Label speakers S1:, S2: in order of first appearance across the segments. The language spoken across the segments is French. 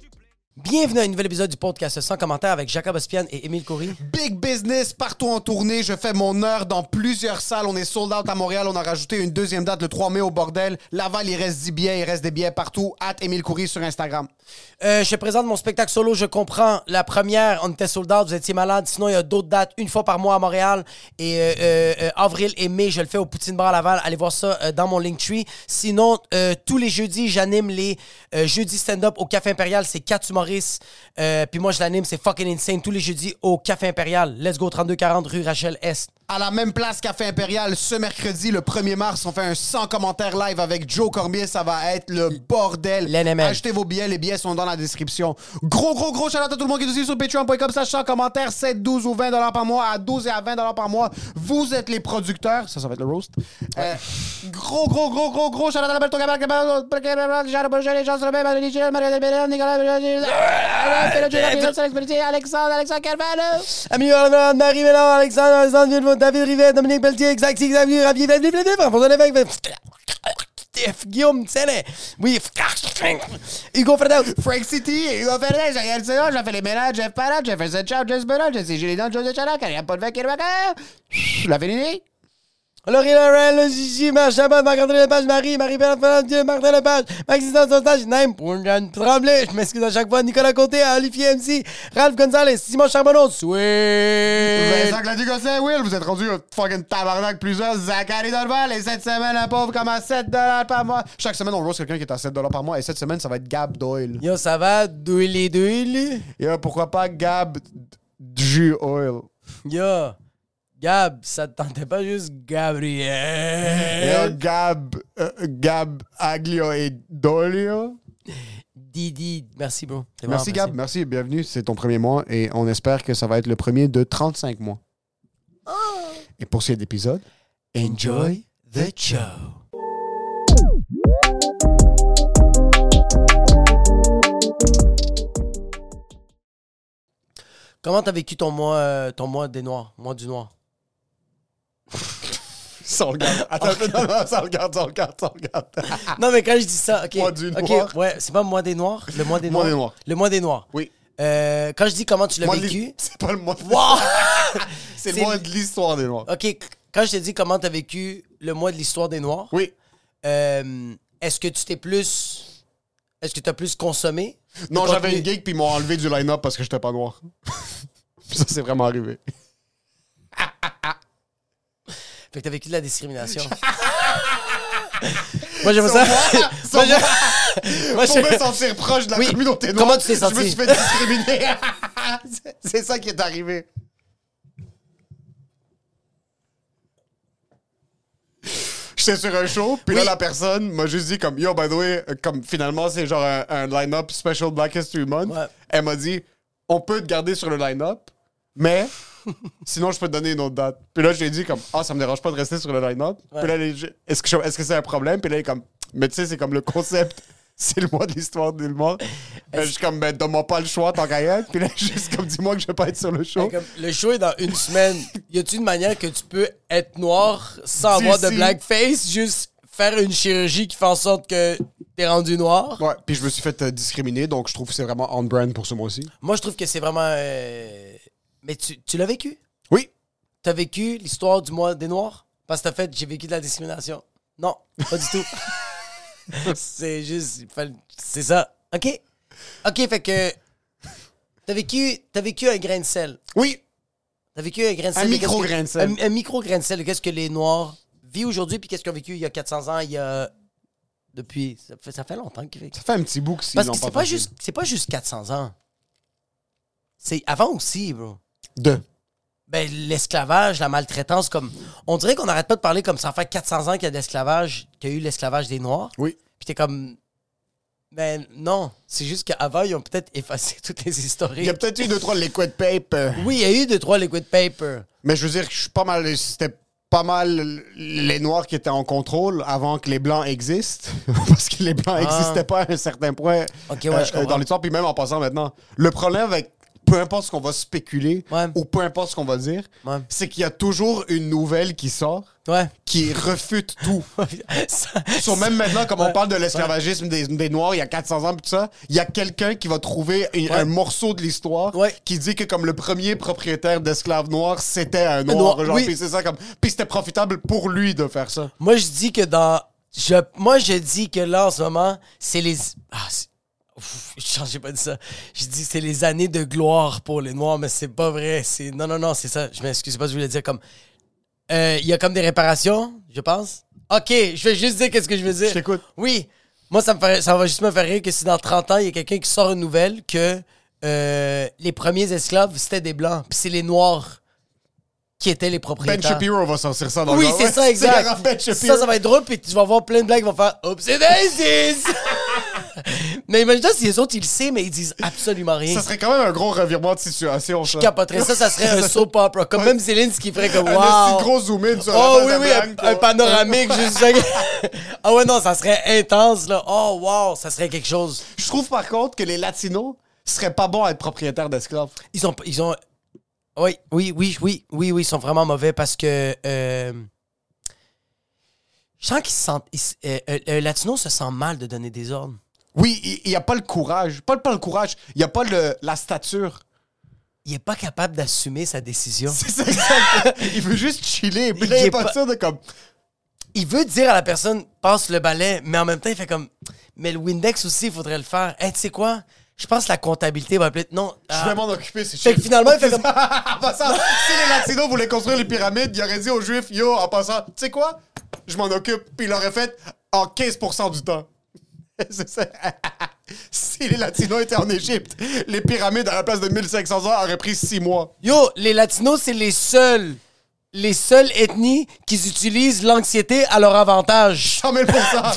S1: du blé.
S2: Bienvenue à un nouvel épisode du podcast sans commentaire avec Jacob Ospian et Émile Coury.
S3: Big business, partout en tournée. Je fais mon heure dans plusieurs salles. On est sold out à Montréal. On a rajouté une deuxième date le 3 mai au bordel. Laval, il reste 10 billets. Il reste des billets partout. At Émile Coury sur Instagram.
S2: Euh, je te présente mon spectacle solo, je comprends. La première, on était sold out, vous étiez malade. Sinon, il y a d'autres dates, une fois par mois à Montréal. Et euh, euh, euh, avril et mai, je le fais au Poutine Bar à Laval. Allez voir ça euh, dans mon Linktree. Sinon, euh, tous les jeudis, j'anime les euh, jeudis stand-up au Café Impérial. C'est quatre humoristes. Euh, puis moi, je l'anime, c'est fucking insane. Tous les jeudis au Café Impérial. Let's go, 3240 rue Rachel Est.
S3: À la même place Café Impérial, ce mercredi, le 1er mars, on fait un 100 commentaires live avec Joe Cormier. Ça va être le bordel.
S2: L'NML.
S3: Achetez vos billets. Les billets sont dans la description. Gros, gros, gros shout à tout le monde qui nous suit sur patreon.com. slash 100 commentaires, 7, 12 ou 20 dollars par mois à 12 et à 20 dollars par mois. Vous êtes les producteurs. Ça, ça va être le roast. Euh, gros, gros, gros, gros, gros shout à la belle ton cabane, cabane, cabane, Jean, Roger, les gens sur le même, Marie, Michel, Marie, Bélin, Nicolas, Bélin, Alexandre, Alexandre, Alexandre Carvalho.
S2: Amélie Hollande, Marie Mélan, Alexandre, Alexandre, Villemot, David Rivet, Dominique Pelletier, Exact, Six, Xavier, Ravier, Vladimir, Vladimir, François Lévesque, F- Guillaume Tsenet, oui, F- Hugo Fredout,
S3: Frank City, Hugo Fernandez, Ariel Sénat, j'ai fait les ménages, Jeff Palat, j'ai fait cette charge, Jess Bernard, j'ai les dents, José Chalac, Ariel Podvec, Irma Je l'avais l'idée?
S2: Laurie Laurel, le Gigi, Marc Chabot, Marc-André Lepage, Marie, Marie-Pierre Fernandier, Martin Lepage, Maxime Sostage, Naim, Pounjan Tremblay, je m'excuse à chaque fois, Nicolas Côté, Olivier MC, Ralph Gonzalez, Simon Charbonneau, Sweet. Euh,
S3: Vincent Gladugosset, Will, vous êtes rendu un fucking tabarnak plusieurs, Zachary Dorval, et cette semaine, un pauvre comme à 7 par mois. Chaque semaine, on roast quelqu'un qui est à 7 par mois, et cette semaine, ça va être Gab Doyle.
S2: Yo, ça va, douille, douille,
S3: Et euh, pourquoi pas Gab du Oil.
S2: yo, Gab, ça te tentait pas juste
S3: Et euh,
S2: Gabriel,
S3: Gab, euh, Gab Aglio et Dolio.
S2: Didi, merci bro. C'est vraiment
S3: Merci Gab,
S2: apprécié.
S3: merci, bienvenue. C'est ton premier mois et on espère que ça va être le premier de 35 mois.
S2: Oh!
S3: Et pour cet épisode,
S2: Enjoy the show. Comment t'as vécu ton mois, euh, ton mois des Noirs, mois du Noir?
S3: ça on le garde. Attends, non, non, ça on le garde, ça on le garde, ça on le garde.
S2: Non, mais quand je dis ça, ok.
S3: Ah. Mois du
S2: ok,
S3: Noir.
S2: ouais, c'est pas mois des Noirs, le mois des
S3: Mois
S2: Noirs.
S3: des Noirs.
S2: Le mois des Noirs.
S3: Oui.
S2: Euh, quand je dis comment tu l'as
S3: Moi,
S2: vécu.
S3: li- C'est pas le mois de
S2: Wow! C'est-
S3: C'est le mois de l'histoire des Noirs.
S2: ok, quand je te dis comment t'as vécu le mois de l'histoire des Noirs,
S3: Oui.
S2: euh, est-ce que tu t'es plus. Est-ce que t'as plus consommé? de
S3: Non, j'avais
S2: contenu?
S3: une gig puis ils m'ont enlevé du line-up parce que j'étais pas noir. ça, c'est vraiment arrivé.
S2: Fait que t'as vécu de la discrimination. Moi, j'aime ça.
S3: Sur moi, sur
S2: Moi, je-
S3: moi.
S2: Moi,
S3: Pour me
S2: je-
S3: sentir proche de la
S2: Oui.
S3: communauté noire.
S2: Comment tu t'es
S3: Je me
S2: senti?
S3: suis fait discriminer. C'est- c'est ça qui est arrivé. J'étais sur un show, puis là,
S2: Oui.
S3: la personne m'a juste dit comme « Yo, by the way, euh, comme finalement, c'est genre un, un line-up special Black History Month.
S2: Ouais.
S3: Elle m'a dit « On peut te garder sur le line-up, mais sinon, je peux te donner une autre date. » Puis là, je lui ai dit comme « Ah, ça me dérange pas de rester sur le line-up. Puis là, elle est ju- Est-ce que je- est-ce que c'est un problème? » Puis là, il est comme « Mais tu sais, c'est comme le concept. C'est le mois de l'histoire du monde. » Puis Je suis comme « Mais donne-moi pas le choix, tant qu'à y être. Puis là, juste comme « Dis-moi que je vais pas être sur le show. »
S2: Comme, le show est dans une semaine. Y a-tu une manière que tu peux être noir sans
S3: Si,
S2: avoir de
S3: si.
S2: blackface, juste faire une chirurgie qui fait en sorte que t'es rendu noir?
S3: Ouais, puis je me suis fait euh, discriminer, donc je trouve que c'est vraiment on-brand pour ce mois-ci.
S2: Moi, je trouve que c'est vraiment. euh, Mais tu, tu l'as vécu?
S3: Oui.
S2: T'as vécu l'histoire du mois des Noirs? Parce que t'as fait, j'ai vécu de la discrimination. Non, pas du tout. c'est juste. il fallait- C'est ça. OK? OK, fait que. T'as vécu, t'as vécu un grain de sel.
S3: Oui.
S2: T'as vécu un grain de sel.
S3: Un
S2: mais qu'est-ce que-
S3: micro-grain de sel.
S2: Un, un micro-grain de sel. de Qu'est-ce que les Noirs vivent aujourd'hui, puis qu'est-ce qu'ils ont vécu il y a 400 ans, il y a. Depuis. Ça fait, ça fait longtemps qu'ils vécu.
S3: Ça fait un petit bout que s'ils
S2: Parce
S3: l'ont
S2: que c'est
S3: pas
S2: pas,
S3: fait.
S2: juste, c'est pas juste 400 ans. C'est avant aussi, bro.
S3: Deux.
S2: Ben, l'esclavage, la maltraitance, comme. On dirait qu'on n'arrête pas de parler comme ça fait 400 ans qu'il y a de l'esclavage, qu'il y a eu l'esclavage des Noirs.
S3: Oui.
S2: Puis t'es comme. Ben, non. C'est juste qu'avant, ils ont peut-être effacé toutes les
S3: Il y a
S2: historiques.
S3: peut-être eu deux, trois liquid paper.
S2: Oui, il y a eu deux, trois liquid paper.
S3: Mais je veux dire, je suis pas mal. C'était pas mal les Noirs qui étaient en contrôle avant que les Blancs existent, parce que les Blancs n'existaient pas à un certain point
S2: Ah.
S3: euh,
S2: Ok, ouais, je comprends.
S3: dans l'histoire, puis même en passant maintenant. Le problème avec peu importe ce qu'on va spéculer
S2: Ouais.
S3: ou peu importe ce qu'on va dire,
S2: Ouais.
S3: c'est qu'il y a toujours une nouvelle qui sort
S2: Ouais.
S3: qui refute tout.
S2: Ça-
S3: Sur même maintenant, comme on
S2: Ouais.
S3: parle de l'esclavagisme des, des Noirs il y a 400 ans, pis tout ça, il y a quelqu'un qui va trouver une-
S2: Ouais.
S3: un morceau de l'histoire
S2: Ouais.
S3: qui dit que comme le premier propriétaire d'esclaves noirs, c'était un
S2: Noir,
S3: noir. genre,
S2: oui.
S3: Puis c'est ça comme. Puis c'était profitable pour lui de faire ça.
S2: Moi, je dis que dans. Je, moi, je dis que là, en ce moment, c'est les. Ah, c'est- Ouf, je change, j'ai pas dit ça. Je dis c'est les années de gloire pour les Noirs, mais c'est pas vrai. C'est Non, non, non, c'est ça. Je m'excuse c'est pas, ce que je voulais dire comme. Euh, Il y a comme des réparations, je pense. Ok, je vais juste dire qu'est-ce que je veux dire.
S3: Je t'écoute.
S2: Oui. Moi, ça, me ferait- ça va juste me faire rire que si dans 30 ans, il y a quelqu'un qui sort une nouvelle que euh, les premiers esclaves, c'était des Blancs, puis c'est les Noirs qui étaient les propriétaires.
S3: Ben Shapiro va sortir ça dans
S2: Oui,
S3: le
S2: c'est ça, exact.
S3: Ben Shapiro.
S2: Ça, ça va être drôle, puis tu vas voir plein de blagues qui vont faire « Oops, c'est Daisies! » Mais imagine si les autres, ils le savent, mais ils disent absolument rien.
S3: Ça serait quand même un gros revirement de situation.
S2: Je
S3: ça.
S2: capoterais. Ça, ça serait un soap opera. Comme même Céline, ce qui ferait comme «
S3: Un
S2: Wow!
S3: petit » gros zoom in sur la
S2: Oh
S3: face
S2: oui,
S3: de
S2: oui,
S3: Blanc,
S2: un, un
S3: quoi.
S2: panoramique, juste Ah ouais, non, ça serait intense, là. Oh, wow, ça serait quelque chose.
S3: Je trouve par contre que les Latinos seraient pas bons à être propriétaires d'esclaves.
S2: Ils ont... Ils ont... Oui, oui, oui, oui, oui, oui, ils sont vraiment mauvais parce que... euh, Je sens qu'ils se sentent... ils se- euh, euh, le latino se sent mal de donner des ordres.
S3: Oui, il n'y a pas le courage. Pas, pas le courage. Il n'y a pas le, la stature.
S2: il est pas capable d'assumer sa décision.
S3: C'est ça, exact. Il veut juste chiller. Puis là,
S2: Il
S3: il
S2: est
S3: est pas
S2: pas-
S3: sûr de comme.
S2: Il veut dire à la personne passe le balai, mais en même temps il fait comme mais le Windex aussi il faudrait le faire. Eh tu sais quoi Je pense que la comptabilité va appeler non.
S3: Je
S2: ah.
S3: vais m'en occuper, c'est
S2: Fait que finalement, il fait comme-
S3: en passant, si les Latinos voulaient construire les pyramides, ils auraient dit aux Juifs, yo, en passant, tu sais quoi? Je m'en occupe. Puis ils l'auraient fait en 15% du temps. c'est ça. si les Latinos étaient en Égypte, les pyramides, à la place de 1500 ans, auraient pris 6 mois.
S2: Yo, les latinos c'est les seuls les seules ethnies qui utilisent l'anxiété à leur avantage.
S3: 100 000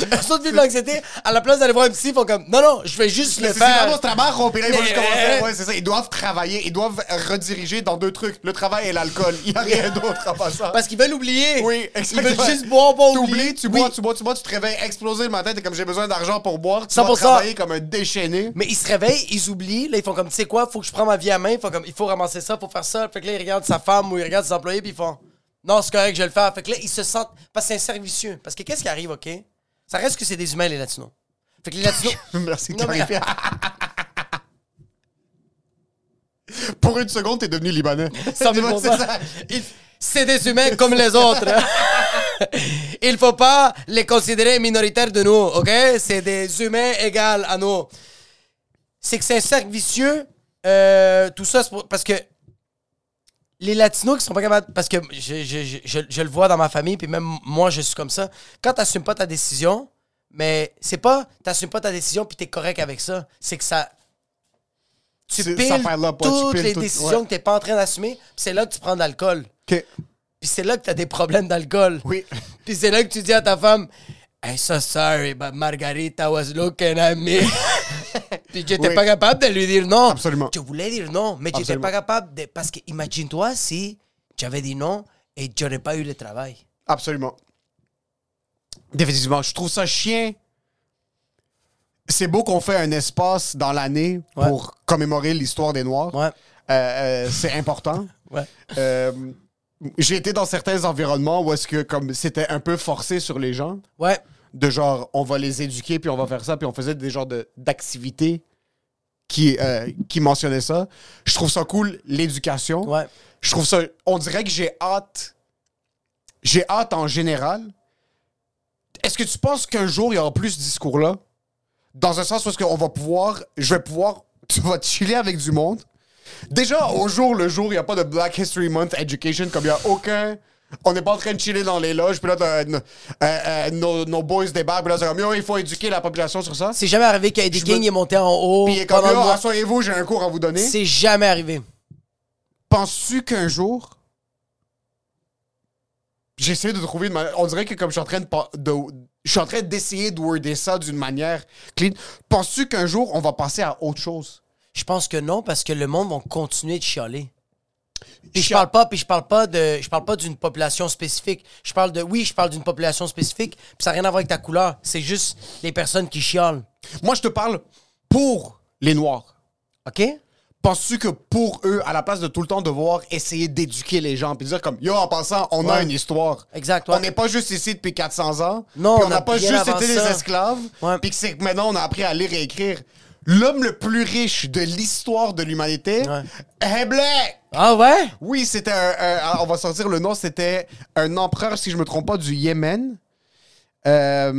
S2: Personne vit de l'anxiété, à la place d'aller voir un psy, ils font comme non non, je vais juste le
S3: Mais c'est vraiment
S2: faire.
S3: ce travail, puis là, ils vont
S2: Mais- euh,
S3: juste commencer. Ouais, c'est ça. Ils doivent travailler. Ils doivent rediriger dans deux trucs. Le travail et l'alcool. Il n'y a rien d'autre en passant.
S2: Parce qu'ils veulent oublier.
S3: Oui, exactement.
S2: Ils veulent juste boire, boire, oublier.
S3: T'oublies, tu bois,
S2: Oui.
S3: tu bois, tu bois, tu te réveilles explosé le matin, t'es comme j'ai besoin d'argent pour boire, tu vas
S2: 100%.
S3: travailler comme un déchaîné.
S2: Mais ils se réveillent, ils oublient, là, ils font comme, tu sais quoi, faut que je prends ma vie à main, il faut comme, il faut ramasser ça, faut faire ça. Fait que là, ils regardent sa femme ou ils regardent ses employés, puis ils font, non, c'est correct, je vais le faire. Fait que là, ils se sentent, parce que c'est un servicieux. Parce que qu'est-ce qui arrive, OK? Ça reste que c'est des humains, les latinos. Fait que les latinos.
S3: Merci de
S2: Non, mais-
S3: clarifier. Pour une seconde, t'es devenu libanais.
S2: 100 000
S3: Ouais, c'est ça.
S2: Ils- C'est des humains comme les autres. hein. Il faut pas les considérer minoritaires de nous, OK? C'est des humains égaux à nous. C'est que c'est un cercle vicieux. euh, tout ça, c'est pour- parce que les latinos qui sont pas capables... Parce que je, je- je- je- je le vois dans ma famille, puis même moi, je suis comme ça. Quand t'assumes pas ta décision, mais c'est pas t'assumes pas ta décision puis t'es correct avec ça. C'est que ça tu
S3: C'est- ça
S2: piles
S3: pile up, ouais, tu
S2: toutes
S3: piles
S2: les
S3: tout-
S2: décisions
S3: ouais.
S2: que t'es pas en train d'assumer, puis c'est là que tu prends de l'alcool.
S3: Ok.
S2: Puis c'est là que t'as des problèmes d'alcool.
S3: Oui.
S2: Puis c'est là que tu dis à ta femme, I'm so sorry, but Margarita was looking at me. Puis j'étais
S3: Oui.
S2: pas capable de lui dire non.
S3: Absolument.
S2: Je voulais dire non, mais j'étais
S3: Absolument.
S2: pas capable de. Parce que imagine-toi si j'avais dit non et j'aurais pas eu le travail.
S3: Absolument. Définitivement. Je trouve ça chien. C'est beau qu'on fait un espace dans l'année
S2: Ouais.
S3: pour commémorer l'histoire des Noirs.
S2: Ouais.
S3: Euh, euh, c'est important.
S2: Ouais.
S3: Euh, j'ai été dans certains environnements où est-ce que comme c'était un peu forcé sur les gens
S2: Ouais.
S3: de genre on va les éduquer puis on va faire ça puis on faisait des genres de- d'activités qui euh, qui mentionnaient ça. Je trouve ça cool l'éducation.
S2: Ouais.
S3: Je trouve ça on dirait que j'ai hâte j'ai hâte en général. Est-ce que tu penses qu'un jour il y aura plus ce discours là dans un sens où est-ce qu'on va pouvoir je vais pouvoir tu vas chiller avec du monde Déjà, au jour le jour, il n'y a pas de Black History Month Education, comme il n'y a aucun. On n'est pas en train de chiller dans les loges, puis là, t'as, euh, euh, nos, nos boys débarquent, puis là, c'est comme, yo, il faut éduquer la population sur ça.
S2: C'est jamais arrivé qu'Eddie
S3: Je me-
S2: King est monté en haut.
S3: Puis il est comme,
S2: pendant le
S3: yo,
S2: mois.
S3: asseyez-vous, j'ai un cours à vous donner.
S2: C'est jamais arrivé.
S3: Penses-tu qu'un jour. J'essaie de trouver une manière. On dirait que comme je suis en train de. pa- de- je suis en train d'essayer de worder ça d'une manière clean. Penses-tu qu'un jour, on va passer à autre chose?
S2: Je pense que non, parce que le monde va continuer de chialer. Puis je parle pas, puis je parle pas de, je parle pas d'une population spécifique. Je parle de, oui, je parle d'une population spécifique. Puis ça n'a rien à voir avec ta couleur. C'est juste les personnes qui chiolent.
S3: Moi, je te parle pour les Noirs.
S2: Ok?
S3: Penses-tu que pour eux, à la place de tout le temps devoir essayer d'éduquer les gens, puis dire comme, yo, en passant, on a
S2: Ouais.
S3: une histoire.
S2: Exact, ouais.
S3: On n'est pas juste ici depuis 400 ans.
S2: Non,
S3: puis on
S2: on
S3: n'a
S2: a
S3: pas
S2: bien
S3: juste
S2: avant
S3: été des
S2: ça.
S3: esclaves.
S2: Ouais.
S3: Puis que c'est que maintenant, on a appris à lire et écrire. L'homme le plus riche de l'histoire de l'humanité
S2: Ouais.
S3: est black.
S2: Ah ouais?
S3: Oui, c'était un, un- ah, On va sortir le nom, c'était un empereur, si je me trompe pas, du Yémen. Euh,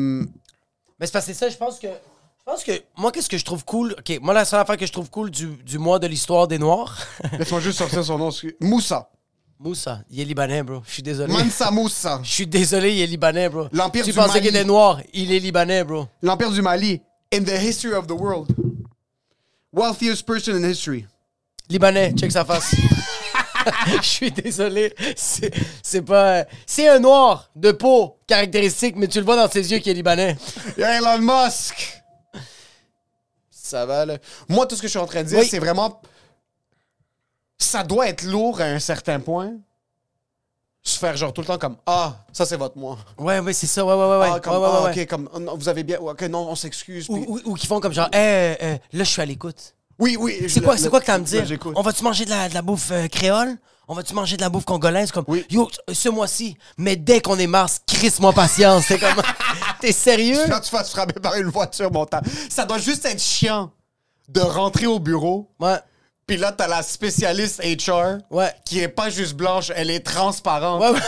S2: Mais c'est parce que c'est ça, je pense que. Je pense que. Moi, qu'est-ce que je trouve cool? Ok, moi, la seule affaire que je trouve cool du, du mois de l'histoire des Noirs,
S3: Laisse-moi juste sortir son nom. excuse- Moussa.
S2: Moussa, il est libanais, bro. Je suis désolé.
S3: Mansa Moussa.
S2: Je suis désolé, il est libanais, bro.
S3: L'Empire
S2: tu
S3: du
S2: pensais qu'il
S3: Mali.
S2: était noir, il est libanais, bro.
S3: L'empire du Mali. In the history of the world. Wealthiest person in history.
S2: Libanais, check sa face. Je suis désolé, c'est c'est pas. C'est un noir de peau caractéristique, mais tu le vois dans ses yeux qu'il est libanais.
S3: Y'a Elon Musk. Ça va, là. Moi, tout ce que je suis en train de dire,
S2: Oui.
S3: c'est vraiment. Ça doit être lourd à un certain point. Se faire genre tout le temps comme Ah, ça c'est votre moi.
S2: Ouais, ouais, c'est ça, ouais, ouais, ouais. ouais.
S3: ah, comme,
S2: Ouais, ouais,
S3: ah,
S2: ouais, ouais.
S3: ok, comme, oh, non, vous avez bien. Ok, non, on s'excuse. puis-
S2: Ou, ou- ou qui font comme genre, hey, euh, là, je suis à l'écoute.
S3: Oui, oui.
S2: C'est quoi, c'est quoi que t'as à me
S3: Là,
S2: dire?
S3: j'écoute.
S2: On va-tu manger de la, de la bouffe euh, créole? On va-tu manger de la bouffe congolaise? Comme,
S3: Oui.
S2: yo, ce mois-ci, mais dès qu'on est mars, crisse-moi patience. C'est comme, t'es sérieux?
S3: Quand tu vas te frapper par une voiture, mon temps. Ça doit juste être chiant de rentrer au bureau,
S2: Ouais,
S3: puis là, t'as la spécialiste HR
S2: ouais.
S3: qui est pas juste blanche, elle est transparente.
S2: Ouais, ouais.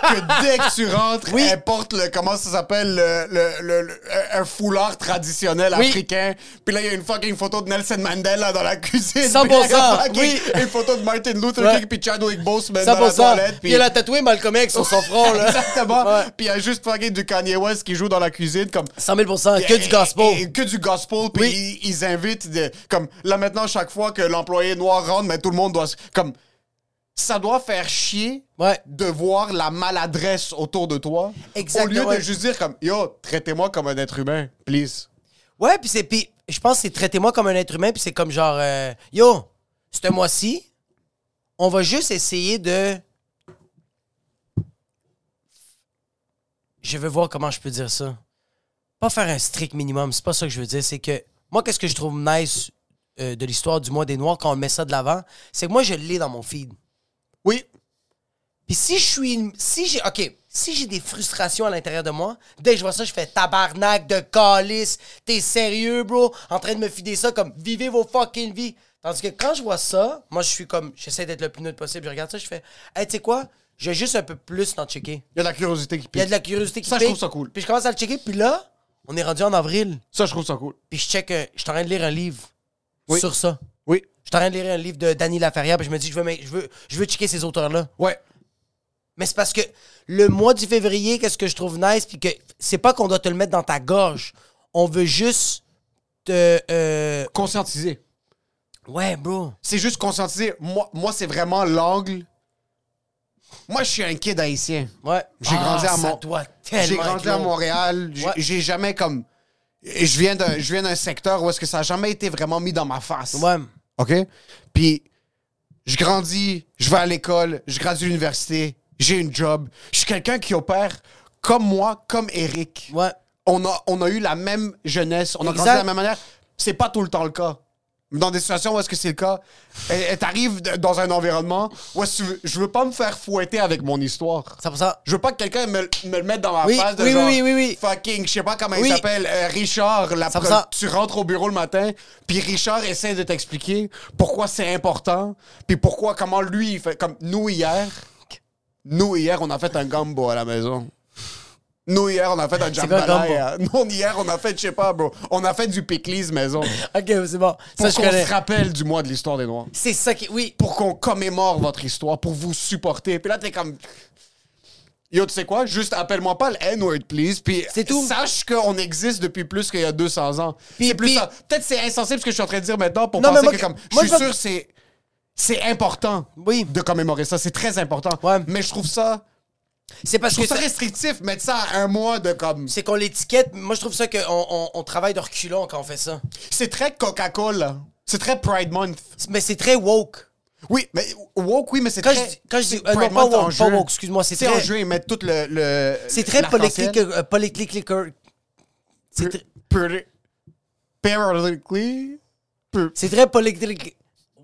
S3: Que dès que tu rentres,
S2: Oui.
S3: elle porte le, comment ça s'appelle, le, le- le- le- un foulard traditionnel
S2: Oui.
S3: africain. Puis là, il y a une fucking photo de Nelson Mandela dans la cuisine.
S2: 100%,
S3: Puis il y a fucking
S2: oui.
S3: Une photo de Martin Luther
S2: Ouais.
S3: King puis Chadwick Boseman dans la
S2: 100%.
S3: toilette.
S2: Puis il a tatoué Malcolm X sur son front, là.
S3: Exactement.
S2: Ouais.
S3: Puis il y a juste fucking du Kanye West qui joue dans la cuisine comme
S2: 100 000 que
S3: Et-
S2: du gospel.
S3: et- et que du gospel. Puis
S2: Oui.
S3: ils, ils invitent, de- comme là maintenant, chaque fois que l'employé noir rentre, mais tout le monde doit. se- Comme, ça doit faire chier
S2: Ouais.
S3: de voir la maladresse autour de toi.
S2: Exactement,
S3: Au lieu
S2: ouais.
S3: de juste dire, comme, yo, traitez-moi comme un être humain, please.
S2: Ouais, puis c'est. Puis je pense que c'est traitez-moi comme un être humain, puis c'est comme genre, euh, yo, ce mois-ci, on va juste essayer de. Je veux voir comment je peux dire ça. Pas faire un strict minimum, c'est pas ça que je veux dire. C'est que moi, qu'est-ce que je trouve nice euh, de l'histoire du mois des Noirs quand on met ça de l'avant, c'est que moi, je l'ai dans mon feed.
S3: Oui.
S2: Puis si je suis. une- Si j'ai. OK. Si j'ai des frustrations à l'intérieur de moi, dès que je vois ça, je fais tabarnak de calice. T'es sérieux, bro? En train de me fider ça comme vivez vos fucking vies. Tandis que quand je vois ça, moi, je suis comme. J'essaie d'être le plus neutre possible. Je regarde ça, je fais. Hey, tu sais quoi? J'ai juste un peu plus d'en checker.
S3: Il y a de la curiosité qui
S2: Il y
S3: pique.
S2: a de la curiosité qui
S3: Ça, je
S2: pique.
S3: trouve ça cool.
S2: Puis je commence à le checker. Puis là, on est rendu en avril.
S3: Ça, je trouve ça cool.
S2: Puis je check. euh, Je suis en train de lire un livre
S3: Oui.
S2: sur ça.
S3: Oui.
S2: Je suis en train de lire un livre de Danny Laferrière. Puis je me dis, je veux, me- je veux, je veux checker ces auteurs-là.
S3: Ouais.
S2: Mais c'est parce que le mois du février, qu'est-ce que je trouve nice, puis que c'est pas qu'on doit te le mettre dans ta gorge. On veut juste te. euh,
S3: Conscientiser.
S2: Ouais, bro.
S3: C'est juste conscientiser. Moi, moi c'est vraiment l'angle. Moi, je suis un kid haïtien.
S2: Ouais.
S3: J'ai grandi à
S2: Ah, ça
S3: Mont-
S2: doit tellement
S3: J'ai grandi
S2: être
S3: à
S2: lourd.
S3: Montréal. J'ai-
S2: Ouais.
S3: J'ai jamais comme. Je viens d'un, je viens d'un secteur où est-ce que ça a jamais été vraiment mis dans ma face.
S2: Ouais.
S3: OK? Puis, je grandis, je vais à l'école, je grandis à l'université, j'ai une job. Je suis quelqu'un qui opère comme moi, comme Eric.
S2: Ouais.
S3: On, a, on a eu la même jeunesse, on a grandi
S2: Exact.
S3: de la même manière. C'est pas tout le temps le cas. Dans des situations où est-ce que c'est le cas, et- et t'arrives de- dans un environnement où est-ce que tu veux- je veux pas me faire fouetter avec mon histoire.
S2: 100%.
S3: Je veux pas que quelqu'un me, me le mette dans ma
S2: Oui,
S3: face de
S2: oui, oui,
S3: genre,
S2: oui, oui, oui.
S3: fucking, je sais pas comment
S2: Oui.
S3: il s'appelle, euh, Richard, la
S2: Ça me
S3: pre-
S2: sent-
S3: tu rentres au bureau le matin, puis Richard essaie de t'expliquer pourquoi c'est important, puis pourquoi, comment lui, il fait, comme nous hier, nous hier, on a fait un gumbo à la maison. Nous hier, on a fait un
S2: C'est quoi un
S3: jambalaya. Nous hier, on a fait, je sais pas, bro, on a fait du pickles maison.
S2: Ok, c'est bon.
S3: Pour
S2: Ça, je
S3: qu'on
S2: connais.
S3: se rappelle du mois de l'histoire des Noirs.
S2: C'est ça qui. Oui.
S3: Pour qu'on commémore votre histoire, pour vous supporter. Puis là, t'es comme... Yo, tu sais quoi? Juste appelle-moi pas le N-word, please. Puis
S2: C'est tout.
S3: sache qu'on existe depuis plus qu'il y a 200 ans.
S2: Puis-
S3: C'est plus
S2: puis-
S3: ça. Peut-être c'est insensible ce que je suis en train de dire maintenant pour
S2: Non, mais
S3: penser
S2: moi-
S3: que comme...
S2: moi, je
S3: je suis
S2: pense-
S3: sûr c'est... C'est important
S2: Oui.
S3: de commémorer ça. C'est très important.
S2: Ouais.
S3: Mais je trouve ça...
S2: C'est parce
S3: Je
S2: que.
S3: trouve ça
S2: ça-
S3: restrictif, mettre ça à un mois de comme...
S2: C'est qu'on l'étiquette. Moi, je trouve ça qu'on on, on travaille de reculons quand on fait ça.
S3: C'est très Coca-Cola. C'est très Pride Month.
S2: Mais c'est très woke.
S3: Oui, mais woke, oui, mais c'est
S2: Quand
S3: très...
S2: je dis- quand je dis-
S3: c'est
S2: euh, non,
S3: Pride
S2: pas
S3: Month en
S2: woke,
S3: jeu.
S2: pas woke, excuse-moi, c'est
S3: en
S2: très-
S3: jeu, ils mettent tout le... le
S2: C'est très
S3: l'arc-en-ciel.
S2: politique, euh, politically cor- C'est tr-
S3: Pretty- Periodically... per-
S2: c'est très politically.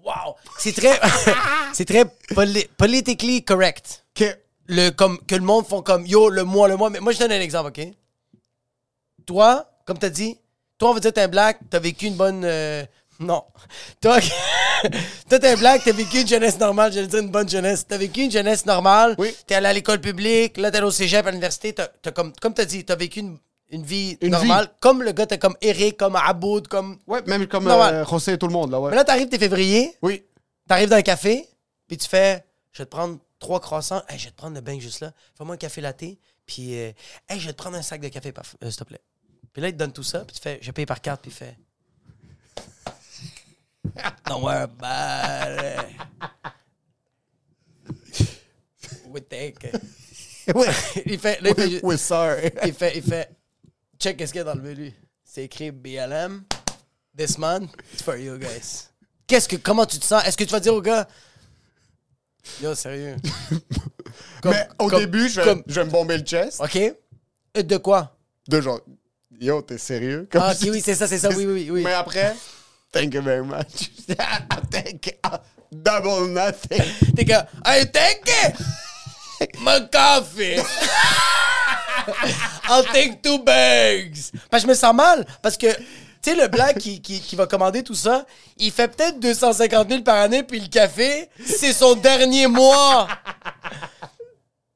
S2: Wow! C'est très. c'est très poli- politically correct.
S3: que-
S2: Le, comme, que le monde font comme yo, le moi, le moi. Mais moi, je donne un exemple, OK? Toi, comme t'as dit, toi, on va dire t'es un black, t'as vécu une bonne. euh, non. Toi, toi, t'es un black, t'as vécu une jeunesse normale, j'allais dire une bonne jeunesse. T'as vécu une jeunesse normale,
S3: Oui.
S2: t'es allé à l'école publique, là, t'es allé au cégep, à l'université, t'as, t'as comme, comme t'as dit, t'as vécu une, une vie
S3: Une
S2: normale,
S3: vie.
S2: comme le gars, t'es comme Eric, comme Aboud, comme.
S3: Ouais, même comme
S2: Normal.
S3: euh, José et tout le monde, là, ouais.
S2: Mais là, t'arrives, t'es février,
S3: Oui.
S2: t'arrives dans un café, puis tu fais, je vais te prendre trois croissants, Hey, je vais te prendre le bain juste là, fais-moi un café latte, puis euh, hey, je vais te prendre un sac de café, parf- euh, s'il te plaît. Puis là, il te donne tout ça, puis tu fais, je paye par carte, puis il fait. Don't worry about it. We take it.
S3: Ouais.
S2: Il fait, là, il fait, ju-
S3: oui, sorry.
S2: il fait, il fait, check qu'est-ce qu'il y a dans le menu. C'est écrit BLM, this month, it's for you guys. Qu'est-ce que, comment tu te sens? Est-ce que tu vas dire au gars, yo, sérieux? Comme-
S3: mais au
S2: comme-
S3: début, je vais,
S2: comme-
S3: je vais me bomber le chest.
S2: OK? Euh, De quoi?
S3: De genre, yo, t'es sérieux? Comme
S2: Ah, ok,
S3: si-
S2: oui, c'est ça, c'est ça, oui, oui, oui.
S3: Mais après, thank you very much. thank you. Double nothing.
S2: T'es comme, hey, thank you! Mon coffee! I'll take two bags! Parce que je me sens mal, parce que, tu sais, le black qui, qui, qui va commander tout ça, il fait peut-être 250 000 par année, puis le café, c'est son dernier mois!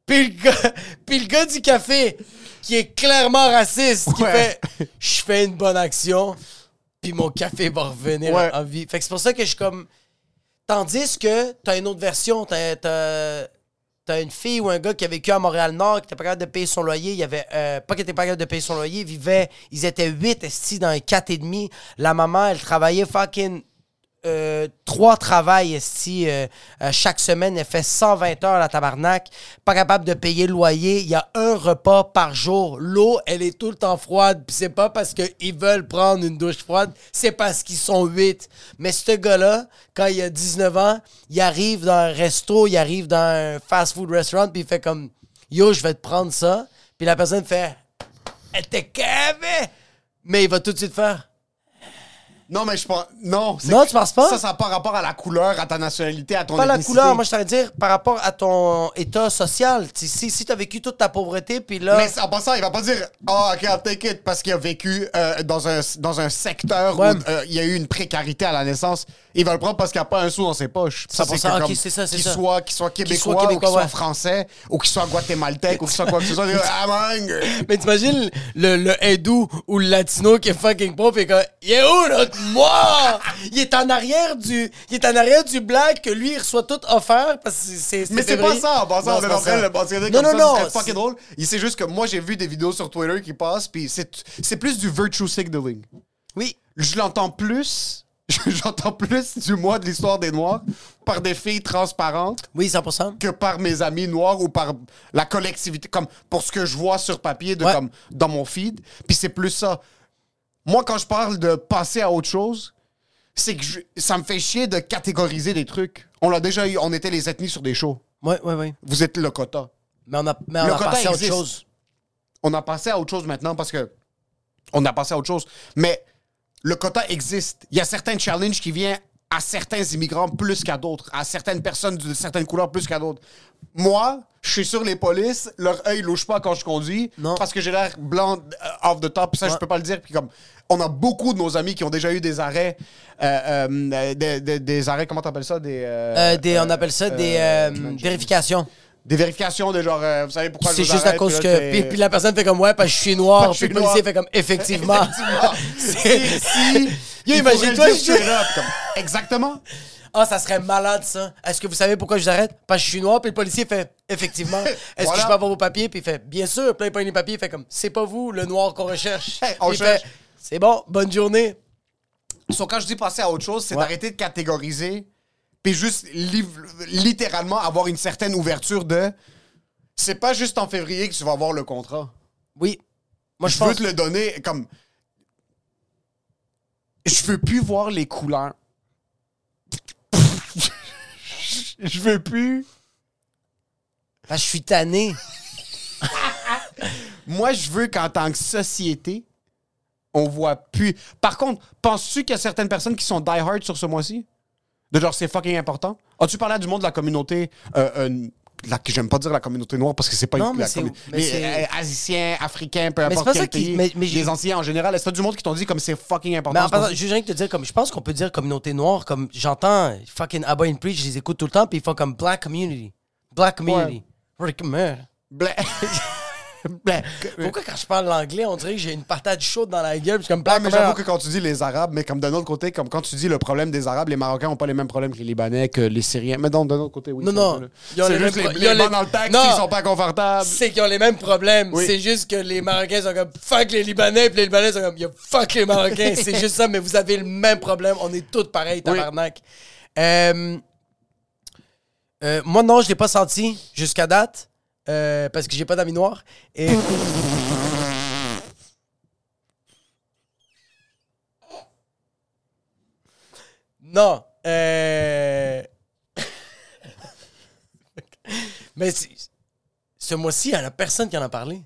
S2: Puis le gars, puis le gars du café, qui est clairement raciste, qui
S3: Ouais.
S2: fait « Je fais une bonne action, puis mon café va revenir
S3: Ouais.
S2: en vie. » Fait que c'est pour ça que je suis comme... Tandis que t'as une autre version, t'as, t'as- t'as une fille ou un gars qui a vécu à Montréal-Nord, qui était pas capable de payer son loyer, il y avait, euh, pas qu'il était pas capable de payer son loyer, il vivait, ils étaient huit estis dans un quatre et demi. La maman, elle travaillait fucking euh, trois travails esti, euh, euh, chaque semaine. Elle fait 120 heures la tabarnak. Pas capable de payer le loyer. Il y a un repas par jour. L'eau, elle est tout le temps froide. Puis c'est pas parce qu'ils veulent prendre une douche froide. C'est parce qu'ils sont huit. Mais ce gars-là, quand il a 19 ans, il arrive dans un resto, il arrive dans un fast-food restaurant, puis il fait comme « Yo, je vais te prendre ça. » Puis la personne fait « Elle t'est cavée! » Mais il va tout de suite faire
S3: Non, mais je pense. Non, c'est-
S2: Non, tu penses pas?
S3: Ça, ça n'a pas rapport à la couleur, à ta nationalité, à ton
S2: pas la
S3: ethnicité.
S2: couleur, moi je t'allais dire par rapport à ton état social. Tu- Si, si t'as vécu toute ta pauvreté, puis là.
S3: Mais en passant, il va pas dire Ah, ok, I'll take it parce qu'il a vécu euh, dans, un, dans un secteur
S2: Ouais.
S3: où euh, il y a eu une précarité à la naissance. Il va le prendre parce qu'il n'y a pas un sou dans ses poches.
S2: Ça, pour ça,
S3: que
S2: ok,
S3: comme-
S2: c'est ça, c'est
S3: qu'il
S2: ça.
S3: Soit, qu'il soit québécois,
S2: soit québécois,
S3: ou qu'il
S2: ouais.
S3: soit français, ou qu'il soit guatémaltèque, ou qu'il soit quoi que ce soit. Il va dire, Ah, I'm hungry.
S2: Mais t'imagines le, le hindou ou le latino qui est fucking pauvre et quand il est où notre moi? Il est en arrière du, il est en arrière du black que lui il reçoit tout offert parce que c'est.
S3: Mais c'est pas
S2: février.
S3: ça, en
S2: Non,
S3: passant, on
S2: c'est
S3: est
S2: pas
S3: en train
S2: ça.
S3: de le mentionner
S2: Non,
S3: comme ça,
S2: non,
S3: c'est
S2: non,
S3: fucking drôle. Il sait juste que moi, j'ai vu des vidéos sur Twitter qui passent, puis c'est c'est plus du virtue signaling.
S2: Oui.
S3: je l'entends plus. J'entends plus du moi de l'histoire des Noirs par des filles transparentes
S2: Oui, 100%.
S3: que par mes amis noirs ou par la collectivité, comme pour ce que je vois sur papier de,
S2: Ouais.
S3: comme, dans mon feed. Puis c'est plus ça. Moi, quand je parle de passer à autre chose, c'est que je- ça me fait chier de catégoriser des trucs. On l'a déjà eu, on était les ethnies sur des shows.
S2: Oui, oui, oui.
S3: Vous êtes le quota.
S2: Mais on a, mais on
S3: Le
S2: a
S3: quota
S2: passé à autre
S3: existe.
S2: chose.
S3: on a passé à autre chose maintenant parce que on a passé à autre chose. Mais le quota existe. Il y a certains challenges qui viennent à certains immigrants plus qu'à d'autres, à certaines personnes de certaines couleurs plus qu'à d'autres. Moi, je suis sur les polices, leur œil louche pas quand je conduis
S2: Non.
S3: parce que j'ai l'air blanc euh, off the top, ça je peux pas le dire. Puis comme on a beaucoup de nos amis qui ont déjà eu des arrêts, euh, euh, euh, des, des- des arrêts, comment t'appelles ça, des, euh,
S2: Euh, des, on
S3: euh,
S2: appelle ça des
S3: euh,
S2: euh,
S3: man, je-
S2: vérifications.
S3: des vérifications de genre, euh, vous savez pourquoi je
S2: C'est
S3: vous
S2: juste à
S3: arrête,
S2: cause
S3: puis là,
S2: que.
S3: c'est-
S2: Puis, puis la personne fait comme ouais, parce que je suis noir.
S3: Parce que
S2: Puis le
S3: je suis
S2: policier
S3: noir.
S2: fait comme effectivement.
S3: Effectivement.
S2: C'est-
S3: si, si.
S2: Yo,
S3: il
S2: imagine-toi,
S3: faudrait le
S2: je-
S3: dire straight up, comme, Exactement.
S2: Ah, ça serait malade, ça. Est-ce que vous savez pourquoi je vous arrête? Parce que je suis noir, puis le policier fait effectivement. Est-ce que
S3: Voilà.
S2: je peux avoir vos papiers? Puis il fait bien sûr, plein pas les papiers. Il fait comme c'est pas vous le noir qu'on recherche.
S3: Hey, on
S2: Puis il
S3: cherche.
S2: fait, c'est bon, bonne journée.
S3: So, quand je dis passer à autre chose, c'est
S2: Ouais.
S3: d'arrêter de catégoriser puis juste liv- littéralement avoir une certaine ouverture de... C'est pas juste en février que tu vas avoir le contrat.
S2: Oui. Moi, je,
S3: Je veux
S2: pense.
S3: te le donner comme... Je veux plus voir les couleurs. Je veux plus.
S2: Parce que je suis tanné.
S3: Moi, je veux qu'en tant que société, on voit plus. Par contre, penses-tu qu'il y a certaines personnes qui sont die-hard sur ce mois-ci? De genre, c'est fucking important? As-tu parlé à du monde de la communauté. Euh, euh, la- j'aime pas dire la communauté noire parce que c'est pas
S2: Non,
S3: une,
S2: mais
S3: la
S2: c'est-
S3: commu-
S2: mais
S3: mais,
S2: c'est-
S3: euh, Asiatiens, Africains, peu
S2: c'est
S3: importe
S2: pas
S3: quel
S2: ça qui-
S3: pays,
S2: mais- mais j'ai-
S3: les anciens en général, est-ce que du monde qui t'ont dit comme c'est fucking
S2: Mais
S3: important?
S2: en
S3: ce qu'on
S2: passant, je viens de te dire, comme, je pense qu'on peut dire communauté noire, comme j'entends fucking Abba and Preach, je les écoute tout le temps, puis ils font comme black community. Black community. Rick Moore.
S3: Blé. Blé.
S2: Ben, Pourquoi quand je parle l'anglais, on dirait que j'ai une patate chaude dans la gueule, puis comme
S3: Ah,
S2: black
S3: mais
S2: community.
S3: j'avoue que quand tu dis les Arabes, mais comme d'un autre côté, comme quand tu dis le problème des Arabes, les Marocains ont pas les mêmes problèmes que les Libanais, que les Syriens. Mais donc, d'un autre côté, oui.
S2: Non,
S3: c'est
S2: non.
S3: vrai, là.
S2: Ils ont
S3: C'est
S2: les mêmes
S3: juste les,
S2: pro- ils
S3: les
S2: ont
S3: bas
S2: les-
S3: dans le taxi,
S2: Non.
S3: ils sont pas confortables.
S2: c'est qu'ils ont les mêmes problèmes.
S3: Oui.
S2: C'est juste que les Marocains sont comme fuck les Libanais, puis les Libanais sont comme yo fuck les Marocains. c'est juste ça, mais vous avez le même problème. On est tous pareils, tabarnak. Euh, euh, moi, non, je l'ai pas senti jusqu'à date euh, parce que j'ai pas d'amis noirs. Et. non. euh, Mais c'est- ce mois-ci, il n'y en a personne qui en a parlé.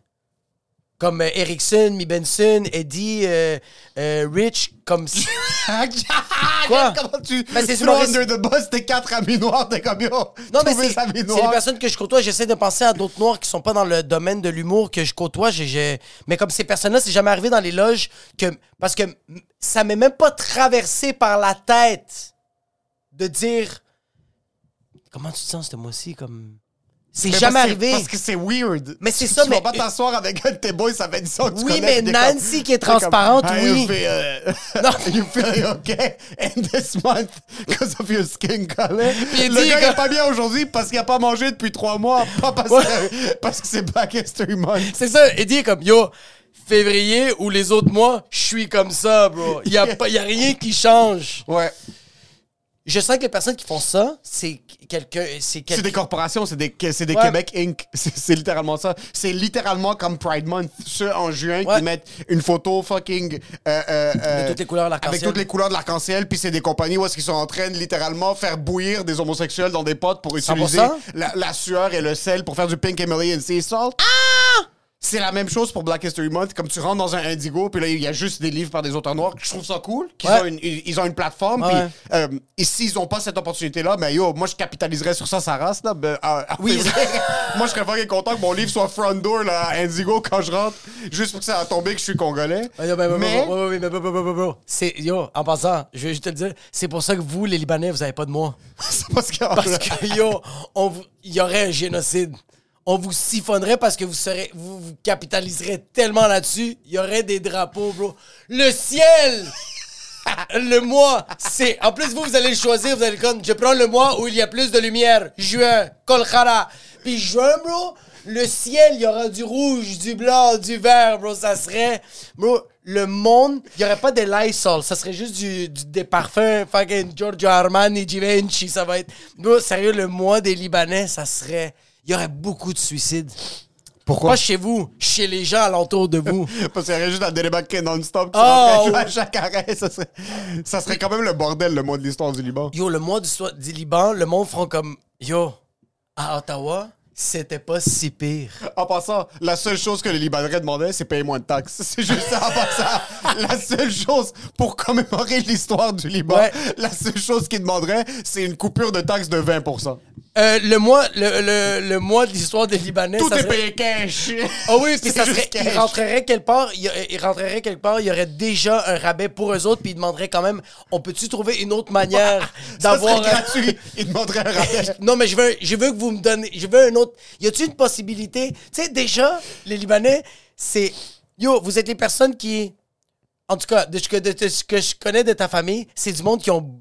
S2: Comme euh, Erickson, Mi Benson, Eddie, euh, euh, Rich, comme. si- Quoi?
S3: Comment tu
S2: Mais c'est
S3: throw
S2: humoriste.
S3: under the bus tes quatre amis noirs, t'es comme yo.
S2: Non, mais
S3: trouver
S2: c'est
S3: les amis
S2: c'est les
S3: noirs.
S2: personnes que je côtoie. J'essaie de penser à d'autres noirs qui sont pas dans le domaine de l'humour que je côtoie. J'ai- j'ai- Mais comme ces personnes-là, c'est jamais arrivé dans les loges que. Parce que mm, ça m'est même pas traversé par la tête de dire. Comment tu te sens ce mois-ci? Comme. C'est
S3: Mais
S2: jamais
S3: parce que-
S2: arrivé.
S3: Parce que c'est weird.
S2: Mais c'est ça,
S3: tu
S2: mais-
S3: vas pas t'asseoir avec un de tes boys, ça fait 10 ans que tu
S2: Oui,
S3: connais,
S2: mais
S3: puis t'es
S2: Nancy qui est
S3: t'es comme,
S2: transparente,
S3: Ah,
S2: oui.
S3: You feel,
S2: Non.
S3: you feel okay and this month because of your skin color.
S2: il
S3: le
S2: dit,
S3: gars il
S2: comme-
S3: est pas bien aujourd'hui parce qu'il a pas mangé depuis 3 mois, pas parce, que, parce que c'est Black History Month.
S2: C'est ça, Eddie est comme yo, février ou les autres mois, je suis comme ça, bro. Il y a pas y a rien qui change.
S3: Ouais.
S2: Je sens que les personnes qui font ça, c'est quelqu'un c'est
S3: C'est
S2: quelqu'un
S3: des corporations, c'est des, c'est des
S2: Ouais.
S3: Québec Inc. C'est c'est littéralement ça. C'est littéralement comme Pride Month. Ceux en juin
S2: Ouais.
S3: qui mettent une photo fucking. euh, euh, euh,
S2: De toutes les couleurs de l'arc-en-ciel.
S3: Avec toutes les couleurs de l'arc-en-ciel. Puis c'est des compagnies où est-ce qu'ils sont en train de littéralement faire bouillir des homosexuels dans des potes pour utiliser
S2: 100%?
S3: la, la sueur et le sel pour faire du Pink Emily and Sea Salt.
S2: Ah!
S3: C'est la même chose pour Black History Month. Comme tu rentres dans un Indigo, puis là, il y a juste des livres par des auteurs noirs. Je trouve ça cool. qu'ils
S2: Ouais.
S3: ont une- ils ils ont une plateforme.
S2: Ouais.
S3: Puis euh, et s'ils n'ont pas cette opportunité-là, ben yo, moi je capitaliserais sur ça, sa race. Là, ben, euh,
S2: Oui.
S3: c'est vrai. moi je serais fucking content que mon livre soit front door là, à Indigo quand je rentre, juste pour que ça a tombé que je suis congolais.
S2: Ah, yo, ben, ben,
S3: Mais-
S2: ben, ben, ben, ben, ben, ben, ben, ben, ben. C'est yo, en passant, je vais juste te le dire, c'est pour ça que vous les Libanais, vous avez pas de moi
S3: c'est parce que.
S2: parce que yo, on vous- il y aurait un génocide. On vous siphonnerait parce que vous serez vous, vous capitaliserez tellement là-dessus, il y aurait des drapeaux, bro. Le ciel Le mois, c'est. En plus, vous, vous allez le choisir, vous allez le Je prends le mois où il y a plus de lumière. Juin, Kolkhara. Puis juin, bro, le ciel, il y aura du rouge, du blanc, du vert, bro. Ça serait. Bro, le monde, il n'y aurait pas de Lysol. Ça serait juste du, du- des parfums, fucking Giorgio Armani, Givenchy. Ça va être. Bro, sérieux, le mois des Libanais, ça serait. Il y aurait beaucoup de suicides.
S3: Pourquoi
S2: Pas chez vous, chez les gens alentour de vous.
S3: Parce qu'il y aurait juste un délébaqué non-stop qui
S2: Oh,
S3: rentrait à
S2: ouais.
S3: chaque arrêt. Ça serait, ça serait quand même le bordel, le mois de l'histoire du Liban.
S2: Yo, le mois du, so- du Liban, le monde feront comme Yo, à Ottawa, c'était pas si pire.
S3: En passant, la seule chose que les Libanais demandaient, c'est payer moins de taxes. C'est juste ça, en passant. La seule chose pour commémorer l'histoire du Liban,
S2: Ouais.
S3: la seule chose qu'ils demanderaient, c'est une coupure de taxes de 20%.
S2: Euh, le mois, le, le, le mois de l'histoire des Libanais.
S3: Tout
S2: ça
S3: est
S2: serait-
S3: payé cash.
S2: Ah oui, puis
S3: C'est
S2: ça
S3: juste
S2: serait.
S3: cash.
S2: Ils rentreraient quelque part, il y a- ils rentreraient quelque part, il y aurait déjà un rabais pour eux autres, puis ils demanderaient quand même on peut-tu trouver une autre manière
S3: Ça
S2: d'avoir.
S3: serait gratuit. Ils demanderaient un rabais.
S2: Non, mais je veux, je veux que vous me donnez. Je veux un autre. Y a-t-il une possibilité? Tu sais, déjà, les Libanais, c'est. Yo, vous êtes les personnes qui. En tout cas, de ce que, de- de ce que je connais de ta famille, c'est du monde qui ont.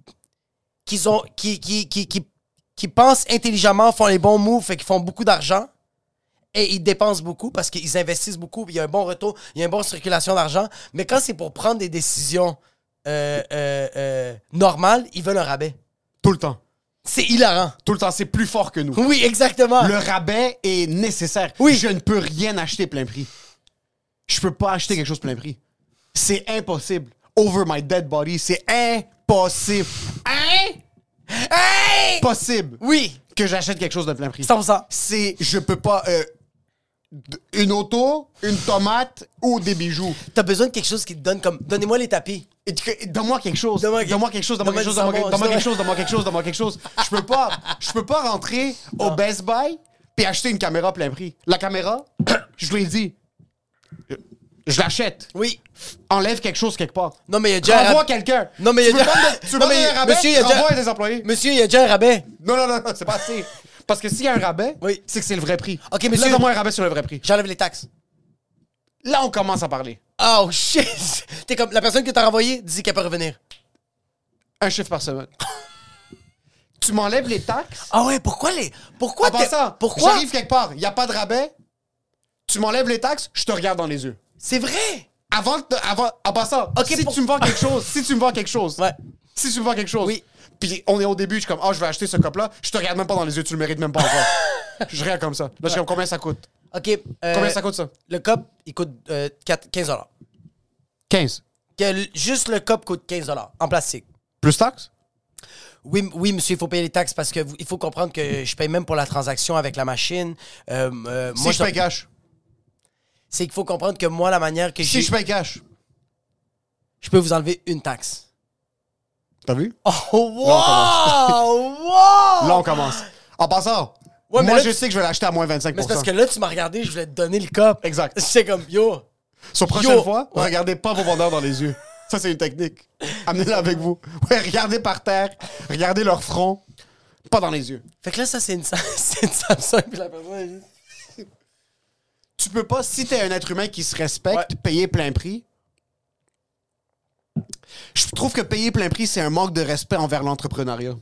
S2: Qui, ont qui, qui, qui, qui, qui pensent intelligemment, font les bons moves, fait qu'ils font beaucoup d'argent. Et ils dépensent beaucoup parce qu'ils investissent beaucoup. Il y a un bon retour, il y a une bonne circulation d'argent. Mais quand c'est pour prendre des décisions euh, euh, euh, normales, ils veulent un rabais.
S3: Tout le temps.
S2: C'est hilarant.
S3: Tout le temps. C'est plus fort que nous.
S2: Oui, exactement.
S3: Le rabais est nécessaire.
S2: Oui.
S3: Je ne peux rien acheter plein prix. Je peux pas acheter quelque chose plein prix.
S2: Hein?
S3: C'est impossible. Over my dead body, c'est impossible.
S2: Hey!
S3: possible
S2: Oui,
S3: que j'achète quelque chose de plein prix.
S2: 100%.
S3: C'est, je peux pas. euh, d- une auto, une tomate ou des bijoux.
S2: T'as besoin de quelque chose qui te donne comme. Donnez-moi les tapis.
S3: Et que- Donne-moi quelque chose.
S2: Donne-moi-
S3: Donne-moi quelque chose. Donne-moi quelque chose.
S2: Donne-moi du
S3: Donne-moi donne-moi quelque
S2: savon,
S3: chose. Donne-moi quelque chose. Donne-moi quelque chose. Je peux pas. Je peux pas rentrer au Best Buy puis acheter une caméra plein prix. La caméra, je vous l'ai dit, je- je l'achète.
S2: Oui.
S3: Enlève quelque chose quelque part.
S2: Non, mais il y a déjà. euh,
S3: Renvoie quelqu'un.
S2: Non, mais il y a
S3: tu veux
S2: déjà.
S3: pas me- tu veux
S2: Non,
S3: pas me
S2: mais
S3: donner un rabais,
S2: monsieur, il y a déjà-
S3: renvoie des employés.
S2: Monsieur, il y a déjà un rabais.
S3: Non, non, non, non, c'est pas assez. Parce que s'il y a un rabais,
S2: Oui.
S3: c'est que c'est le vrai prix.
S2: Ok, monsieur-
S3: Là, donne-moi un rabais sur le vrai prix.
S2: J'enlève les taxes.
S3: Là, on commence à parler.
S2: Oh shit! T'es comme. La personne que t'as renvoyée dit qu'elle peut revenir.
S3: Un chiffre par semaine. tu m'enlèves les taxes.
S2: Ah ouais, pourquoi les. Pourquoi
S3: En passant,
S2: Pourquoi?
S3: j'arrive quelque part, il n'y a pas de rabais, tu m'enlèves les taxes, je te regarde dans les yeux.
S2: C'est vrai!
S3: Avant, de- avant en passant,
S2: Ok,
S3: si
S2: pour-
S3: tu me vends quelque chose, si tu me vends quelque chose,
S2: Ouais.
S3: si tu me vends quelque chose,
S2: Oui.
S3: puis on est au début, je suis comme, ah, je vais acheter ce cop-là, je te regarde même pas dans les yeux, tu le mérites même pas encore. je regarde comme ça. Là, je suis comme, combien ça coûte?
S2: Ok. euh,
S3: Combien ça coûte ça?
S2: Le cop, il coûte euh, 4 15
S3: 15.
S2: Que l- juste le cop coûte 15 en plastique.
S3: Plus taxes?
S2: Oui, m- oui, monsieur, il faut payer les taxes parce que vous- il faut comprendre que je paye même pour la transaction avec la machine. Euh, euh,
S3: Si
S2: moi,
S3: je
S2: je-
S3: paye cash.
S2: c'est qu'il faut comprendre que moi, la manière que
S3: Si
S2: j'ai-
S3: je paye cash.
S2: je peux vous enlever une taxe.
S3: T'as vu?
S2: Oh, wow! wow!
S3: Là, on commence. En passant,
S2: Ouais, mais
S3: moi,
S2: là,
S3: je
S2: tu-
S3: sais que je vais l'acheter à moins 25
S2: Mais c'est parce que là, tu m'as regardé, je voulais te donner le cop.
S3: Exact.
S2: C'est comme, yo,
S3: Sur prochaine
S2: Yo.
S3: fois,
S2: Ouais.
S3: regardez pas vos vendeurs dans les yeux. Ça, c'est une technique. Amenez-la avec vous. Ouais, regardez par terre, regardez leur front, pas dans les yeux.
S2: Fait que là, ça, c'est une, c'est une Samsung, puis la personne est juste-
S3: Tu peux pas, si t'es un être humain qui se respecte,
S2: Ouais.
S3: payer plein prix. Je trouve que payer plein prix, c'est un manque de respect envers l'entrepreneuriat.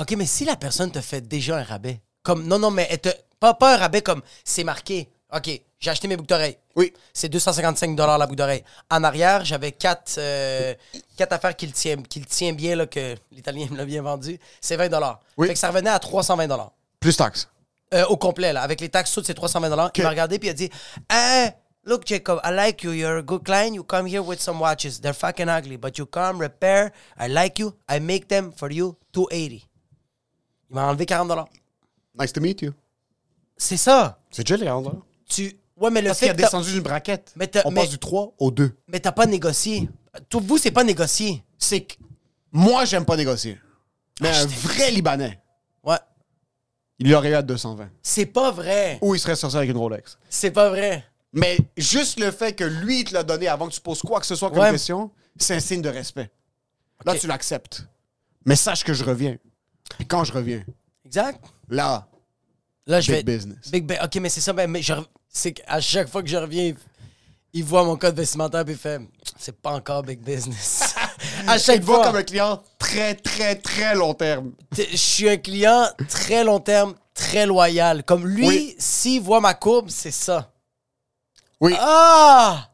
S2: OK, mais si la personne te fait déjà un rabais, comme, non, non, mais elle te, pas, pas un rabais comme, c'est marqué. OK, j'ai acheté mes boucles d'oreilles.
S3: Oui.
S2: C'est 255 la boucle d'oreille. En arrière, j'avais quatre, euh, quatre affaires qui le tiennent, qui le tient bien, là, que l'Italien me l'a bien vendu. C'est 20
S3: Oui.
S2: Fait que ça revenait à 320
S3: Plus taxe.
S2: Euh, au complet, là, avec les taxes, toutes c'est 320 Il m'a regardé puis il a dit Hey, look, Jacob, I like you. You're a good client. You come here with some watches. They're fucking ugly, but you come, repair. I like you. I make them for you. 280. Il m'a enlevé 40
S3: Nice to meet you.
S2: C'est ça.
S3: C'est chill, les vendeurs.
S2: Tu. Ouais, mais le
S3: Parce qu'il
S2: fait
S3: a
S2: que t'as-
S3: descendu d'une braquette.
S2: Mais t'as-
S3: On
S2: mais-
S3: passe du 3 au 2.
S2: Mais t'as pas négocié. Tout vous, c'est pas négocié.
S3: C'est que moi, j'aime pas négocier. Mais
S2: Ah,
S3: un
S2: je
S3: vrai Libanais,
S2: Ouais.
S3: il aurait eu à 220.
S2: C'est pas vrai.
S3: Ou il serait sorti avec une Rolex.
S2: C'est pas vrai.
S3: Mais juste le fait que lui, il te l'a donné avant que tu poses quoi que ce soit comme
S2: Ouais.
S3: question, c'est un signe de respect. Là,
S2: Ok.
S3: tu l'acceptes. Mais sache que je reviens. Puis quand je reviens,
S2: Exact.
S3: là,
S2: Là, je
S3: big
S2: vais.
S3: business.
S2: Big Ben. OK, mais c'est ça. Ben, mais je re- c'est qu'à chaque fois que je reviens, il- il voit mon code vestimentaire et il fait C'est pas encore big business. à
S3: Tu
S2: chaque
S3: te vois
S2: fois,
S3: comme un client très, très, très long terme.
S2: t- je suis un client très long terme, très loyal. Comme lui,
S3: Oui.
S2: s'il voit ma courbe, c'est ça.
S3: Oui.
S2: Ah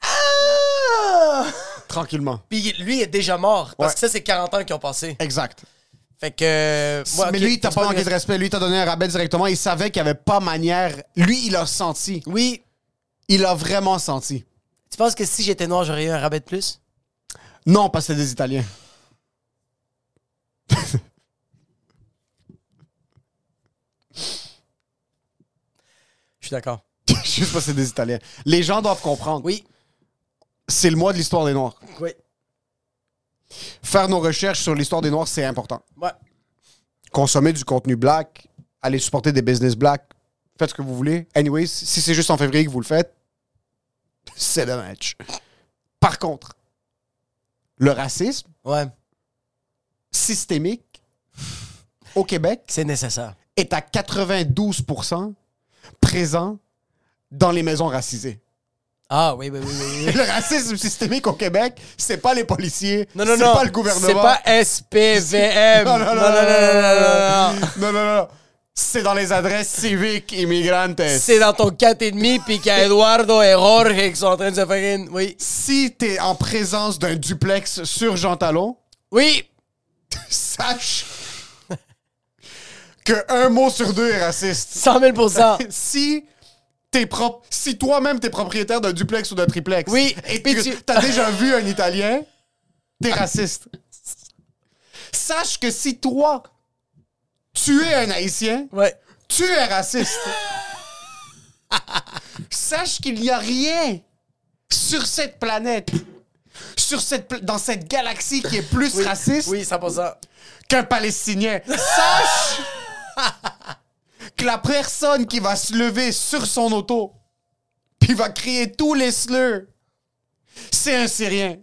S2: Ah
S3: Tranquillement.
S2: Puis lui il est déjà mort. Parce
S3: Ouais.
S2: que ça, c'est 40 ans qui ont passé.
S3: Exact.
S2: Fait que. ouais,
S3: mais
S2: ok,
S3: lui, il t'a
S2: tu
S3: pas
S2: vois,
S3: manqué de respect. Lui, il t'a donné un rabais directement. Il savait qu'il n'y avait pas manière. Lui, il a senti.
S2: Oui.
S3: Il a vraiment senti.
S2: Tu penses que si j'étais noir, j'aurais eu un rabais de plus
S3: Non, parce que c'est des Italiens.
S2: Je suis d'accord.
S3: Juste parce que c'est des Italiens. Les gens doivent comprendre.
S2: Oui.
S3: C'est le mois de l'histoire des Noirs.
S2: Oui.
S3: Faire nos recherches sur l'histoire des Noirs, c'est important.
S2: Ouais.
S3: consommer du contenu black, allez supporter des business black, faites ce que vous voulez. Anyways, si c'est juste en février que vous le faites, c'est dommage. Par contre, le racisme
S2: Ouais,
S3: systémique au Québec
S2: c'est nécessaire.
S3: est à 92% présent dans les maisons racisées.
S2: Ah oui, oui, oui, oui. oui.
S3: Le racisme systémique au Québec, c'est pas les policiers,
S2: Non, non,
S3: c'est
S2: non.
S3: pas le gouvernement.
S2: C'est pas SPVM.
S3: Non, non, non, non, non,
S2: non, non, non, non.
S3: non, non, non, non. C'est dans les adresses civiques immigrantes.
S2: C'est dans ton 4,5 puis qu'il y a Eduardo et Jorge qui sont en train de se fucking. Oui.
S3: si t'es en présence d'un duplex sur Jean Talon,
S2: Oui.
S3: sache que un mot sur deux est raciste.
S2: 100 000
S3: Si t'es propre, si toi-même t'es propriétaire d'un duplex ou d'un triplex,
S2: Oui,
S3: et
S2: puis
S3: que
S2: tu-
S3: t'as déjà vu un Italien, t'es raciste. Sache que si toi, tu es un Haïtien,
S2: Ouais.
S3: tu es raciste. Sache qu'il n'y a rien sur cette planète, sur cette pla- dans cette galaxie qui est plus raciste
S2: Oui, 100%.
S3: qu'un Palestinien. Sache que la personne qui va se lever sur son auto puis va crier tous les slurs, c'est un Syrien.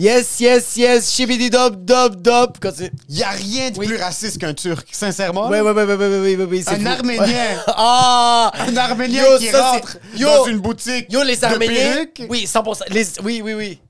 S2: Yes, yes, yes. Shibidi dop, dop, dop. Continue.
S3: Il n'y a rien de plus raciste qu'un Turc, sincèrement.
S2: Ouais, ouais, ouais, ouais, ouais, ouais, ouais, ouais, ouais, c'est
S3: Ah. Un
S2: fou.
S3: Arménien.
S2: ah!
S3: Un Arménien
S2: Yo,
S3: qui
S2: ça,
S3: rentre
S2: c'est- Yo!
S3: dans une boutique
S2: Yo, les
S3: de
S2: Arméniens.
S3: perruques.
S2: Oui, 100%. Les, oui, oui, oui.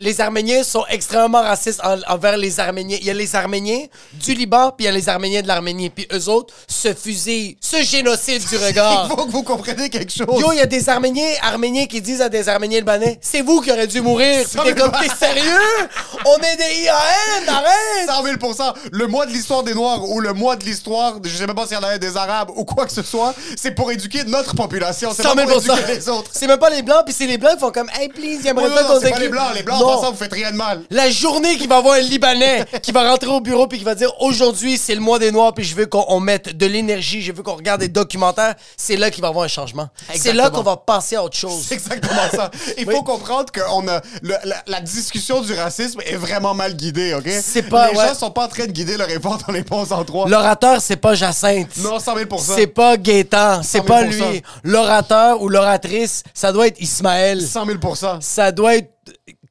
S2: Les Arméniens sont extrêmement racistes en- envers les Arméniens. Il y a les Arméniens du Liban, puis il y a les Arméniens de l'Arménie. Puis eux autres se fusillent, ce génocide du regard.
S3: Il faut que vous compreniez quelque chose.
S2: Ah. Yo, il y a des Arméniens, Arméniens qui disent à des Arméniens libanais, c'est vous qui aurez dû mourir. Puis
S3: Ça
S2: T'es
S3: me
S2: comme,
S3: va.
S2: t'es sérieux? On est des IAN, arrête!
S3: 100 000 Le mois de l'histoire des Noirs ou le mois de l'histoire, je sais même pas s'il y en a un des Arabes ou quoi que ce soit, c'est pour éduquer notre population. C'est pas
S2: 100 000
S3: pour éduquer les autres.
S2: C'est même pas les Blancs, puis c'est les Blancs qui font comme, hey, please,
S3: Ouais,
S2: j'aimerais
S3: non,
S2: pas
S3: non,
S2: qu'on
S3: c'est pas
S2: s'écrit-
S3: les Blancs. Les Blancs,
S2: Non.
S3: en ça, vous faites rien de mal.
S2: La journée qu'il va y avoir un Libanais qui va rentrer au bureau puis qui va dire aujourd'hui c'est le mois des Noirs puis je veux qu'on on mette de l'énergie, je veux qu'on regarde des documentaires, c'est là qu'il va y avoir un changement. C'est là qu'on va passer à autre chose.
S3: C'est exactement ça. Il faut comprendre que on a le- la, la discussion du racisme est vraiment mal guidée, OK?
S2: C'est pas-
S3: les
S2: ouais.
S3: gens sont pas en train de guider leur réponse dans les bons endroits.
S2: L'orateur c'est pas Jacinthe.
S3: Non, 100 000
S2: C'est pas Gaétan, c'est
S3: 100 000
S2: pas lui. L'orateur ou l'oratrice, ça doit être Ismaël.
S3: 100 000
S2: Ça doit être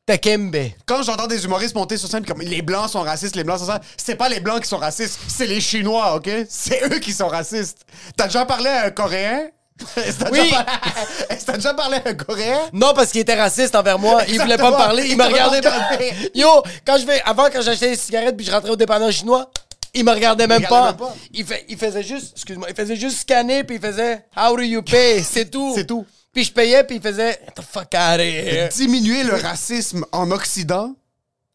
S2: Takembe.
S3: Quand j'entends des humoristes monter sur scène comme les blancs sont racistes, les blancs sont ça, c'est pas les blancs qui sont racistes, c'est les chinois, ok C'est eux qui sont racistes. T'as déjà parlé à un coréen Est-ce que t'as
S2: Oui.
S3: déjà parlé- Est-ce que t'as déjà parlé à un coréen
S2: Non, parce qu'il était raciste envers moi. Il voulait pas me parler. Il me
S3: Exactement.
S2: regardait pas. Yo, quand je vais, avant, quand j'achetais des cigarettes puis je rentrais au dépanneur chinois, il me regardait même
S3: Il
S2: pas.
S3: regardait même pas.
S2: Il, fait, il faisait juste, excuse-moi, il faisait juste scanner puis il faisait How do you pay? C'est tout.
S3: C'est tout.
S2: Puis je payais puis il faisait Get the fuck out of
S3: Euh.
S2: here.
S3: Diminuer le racisme en Occident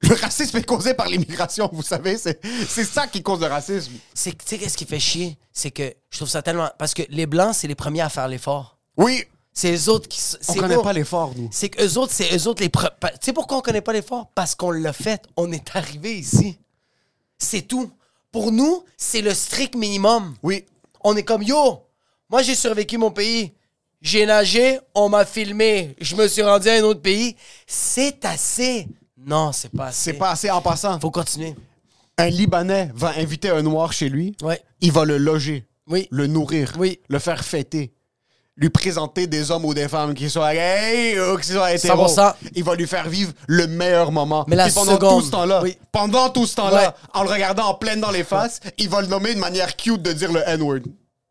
S3: le racisme est causé par l'immigration, vous savez, c'est c'est ça qui cause le racisme.
S2: C'est que, tu sais, qu'est-ce qui fait chier? C'est que je trouve ça tellement. Parce que les Blancs, c'est les premiers à faire l'effort.
S3: Oui,
S2: C'est eux autres qui. s-
S3: on
S2: c'est
S3: connaît
S2: pas-
S3: pas l'effort, nous.
S2: C'est qu'eux autres, c'est eux autres les. pre- pa- Tu sais pourquoi on connaît pas l'effort? Parce qu'on l'a fait. On est arrivé ici. C'est tout. Pour nous, c'est le strict minimum.
S3: Oui,
S2: On est comme yo, moi j'ai survécu mon pays. J'ai nagé, on m'a filmé, je me suis rendu à un autre pays. C'est assez. Non, c'est pas assez.
S3: c'est pas assez en passant.
S2: Faut continuer.
S3: Un Libanais va inviter un Noir chez lui,
S2: Ouais.
S3: il va le loger.
S2: Oui.
S3: le nourrir,
S2: Oui.
S3: le faire fêter, lui présenter des hommes ou des femmes qui soient gays ou qui soient hétéros.
S2: 100%.
S3: Il va lui faire vivre le meilleur moment.
S2: Mais la
S3: Puis pendant
S2: seconde,
S3: tout ce temps-là,
S2: oui.
S3: pendant tout ce temps-là,
S2: Ouais.
S3: en le regardant en pleine dans les faces, il va le nommer de manière cute de dire le N-word.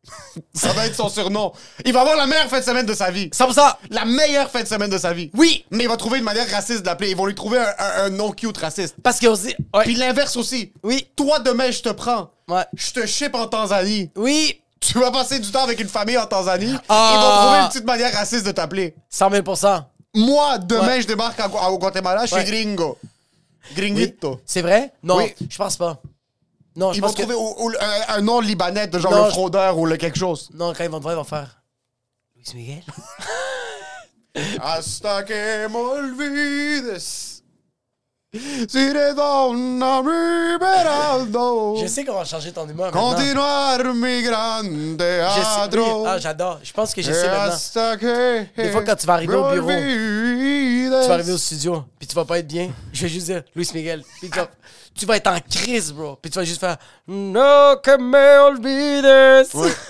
S3: ça va être son surnom. Il va avoir la meilleure fin de semaine de sa vie.
S2: 100%.
S3: La meilleure fin de semaine de sa vie.
S2: Oui.
S3: Mais il va trouver une manière raciste de l'appeler. Ils vont lui trouver un, un- un nom cute raciste.
S2: Parce qu'on se dit. ouais.
S3: Puis l'inverse aussi.
S2: Oui.
S3: Toi, demain, je te prends.
S2: Ouais.
S3: Je te ship en Tanzanie.
S2: Oui.
S3: Tu vas passer du temps avec une famille en Tanzanie. Ils vont
S2: Ah.
S3: trouver une petite manière raciste de t'appeler.
S2: 100 000
S3: Moi, demain,
S2: Ouais.
S3: je débarque à- à- au Guatemala, je suis
S2: Ouais.
S3: gringo.
S2: Oui.
S3: Gringuito.
S2: C'est vrai? Non,
S3: Oui.
S2: je pense pas. Non, je
S3: Ils vont
S2: pense que.
S3: trouver ou- ou le- un, un nom libanais de genre
S2: Non,
S3: le
S2: je-
S3: fraudeur ou le quelque chose.
S2: Non, quand ils vont te voir, ils vont faire. Luis Miguel?
S3: Hasta que m'olvides. Si de donna mi veraldo.
S2: Je sais qu'on va changer ton humeur. maintenant.
S3: Continuar mi grande
S2: Je sais-
S3: adro.
S2: oui. Ah, j'adore. Je pense que je sais maintenant.
S3: Hasta que
S2: Des fois, quand tu vas arriver au bureau,
S3: m'olvides.
S2: Tu vas arriver au studio, puis tu vas pas être bien. Je vais juste dire Luis Miguel. Puis tu vas, tu vas être en crise, bro. Puis tu vas juste faire No que me olvides.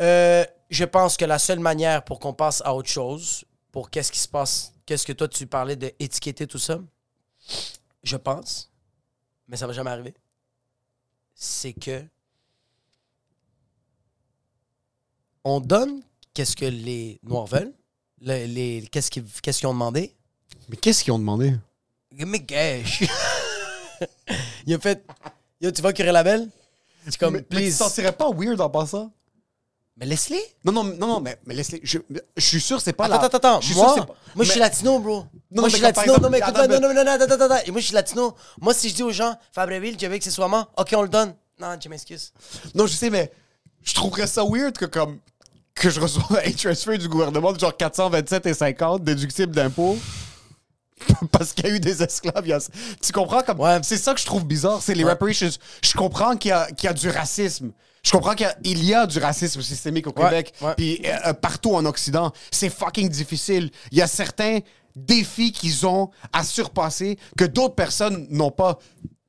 S2: Euh, je pense que la seule manière pour qu'on passe à autre chose, pour qu'est-ce qui se passe, qu'est-ce que toi tu parlais de étiqueter tout ça, je pense, mais ça va jamais arriver, c'est que on donne qu'est-ce que les Noirs veulent, le- les, qu'est-ce qu'ils qu'est-ce qu'ils ont demandé.
S3: Mais qu'est-ce qu'ils ont demandé?
S2: Mais cash. Il a fait, yo, tu vas curer la belle? C'est comme,
S3: mais, mais tu
S2: please.
S3: t'en serais pas weird en passant?
S2: Mais laisse-les.
S3: Non, non, non, non, mais, mais laisse-les. Je, je suis sûr, c'est pas
S2: Attends,
S3: la-
S2: attends, attends.
S3: Je suis
S2: Moi,
S3: sûr, c'est pas-
S2: moi je suis
S3: mais-
S2: latino, bro.
S3: Non,
S2: moi,
S3: mais
S2: je suis
S3: comme par
S2: latino.
S3: exemple-
S2: non, mais écoute-moi.
S3: attends,
S2: Non, non, non, non, attends, attends, attends. Et moi, je suis latino. Moi, si je dis aux gens, Fabreville, tu veux accessoirement, OK, on le donne. Non, je m'excuse.
S3: Non, je sais, mais je trouverais ça weird que comme que je reçois un transfer du gouvernement de genre 427 et 50 déductible d'impôts parce qu'il y a eu des esclaves. il y a- Tu comprends? comme
S2: Ouais.
S3: C'est ça que je trouve bizarre, c'est les reparations. Je comprends qu'il y, a- qu'il y a du racisme. Je comprends qu'il y, a- il y a du racisme systémique au Québec,
S2: ouais.
S3: puis euh, euh, partout en Occident. C'est fucking difficile. Il y a certains défis qu'ils ont à surpasser que d'autres personnes n'ont pas.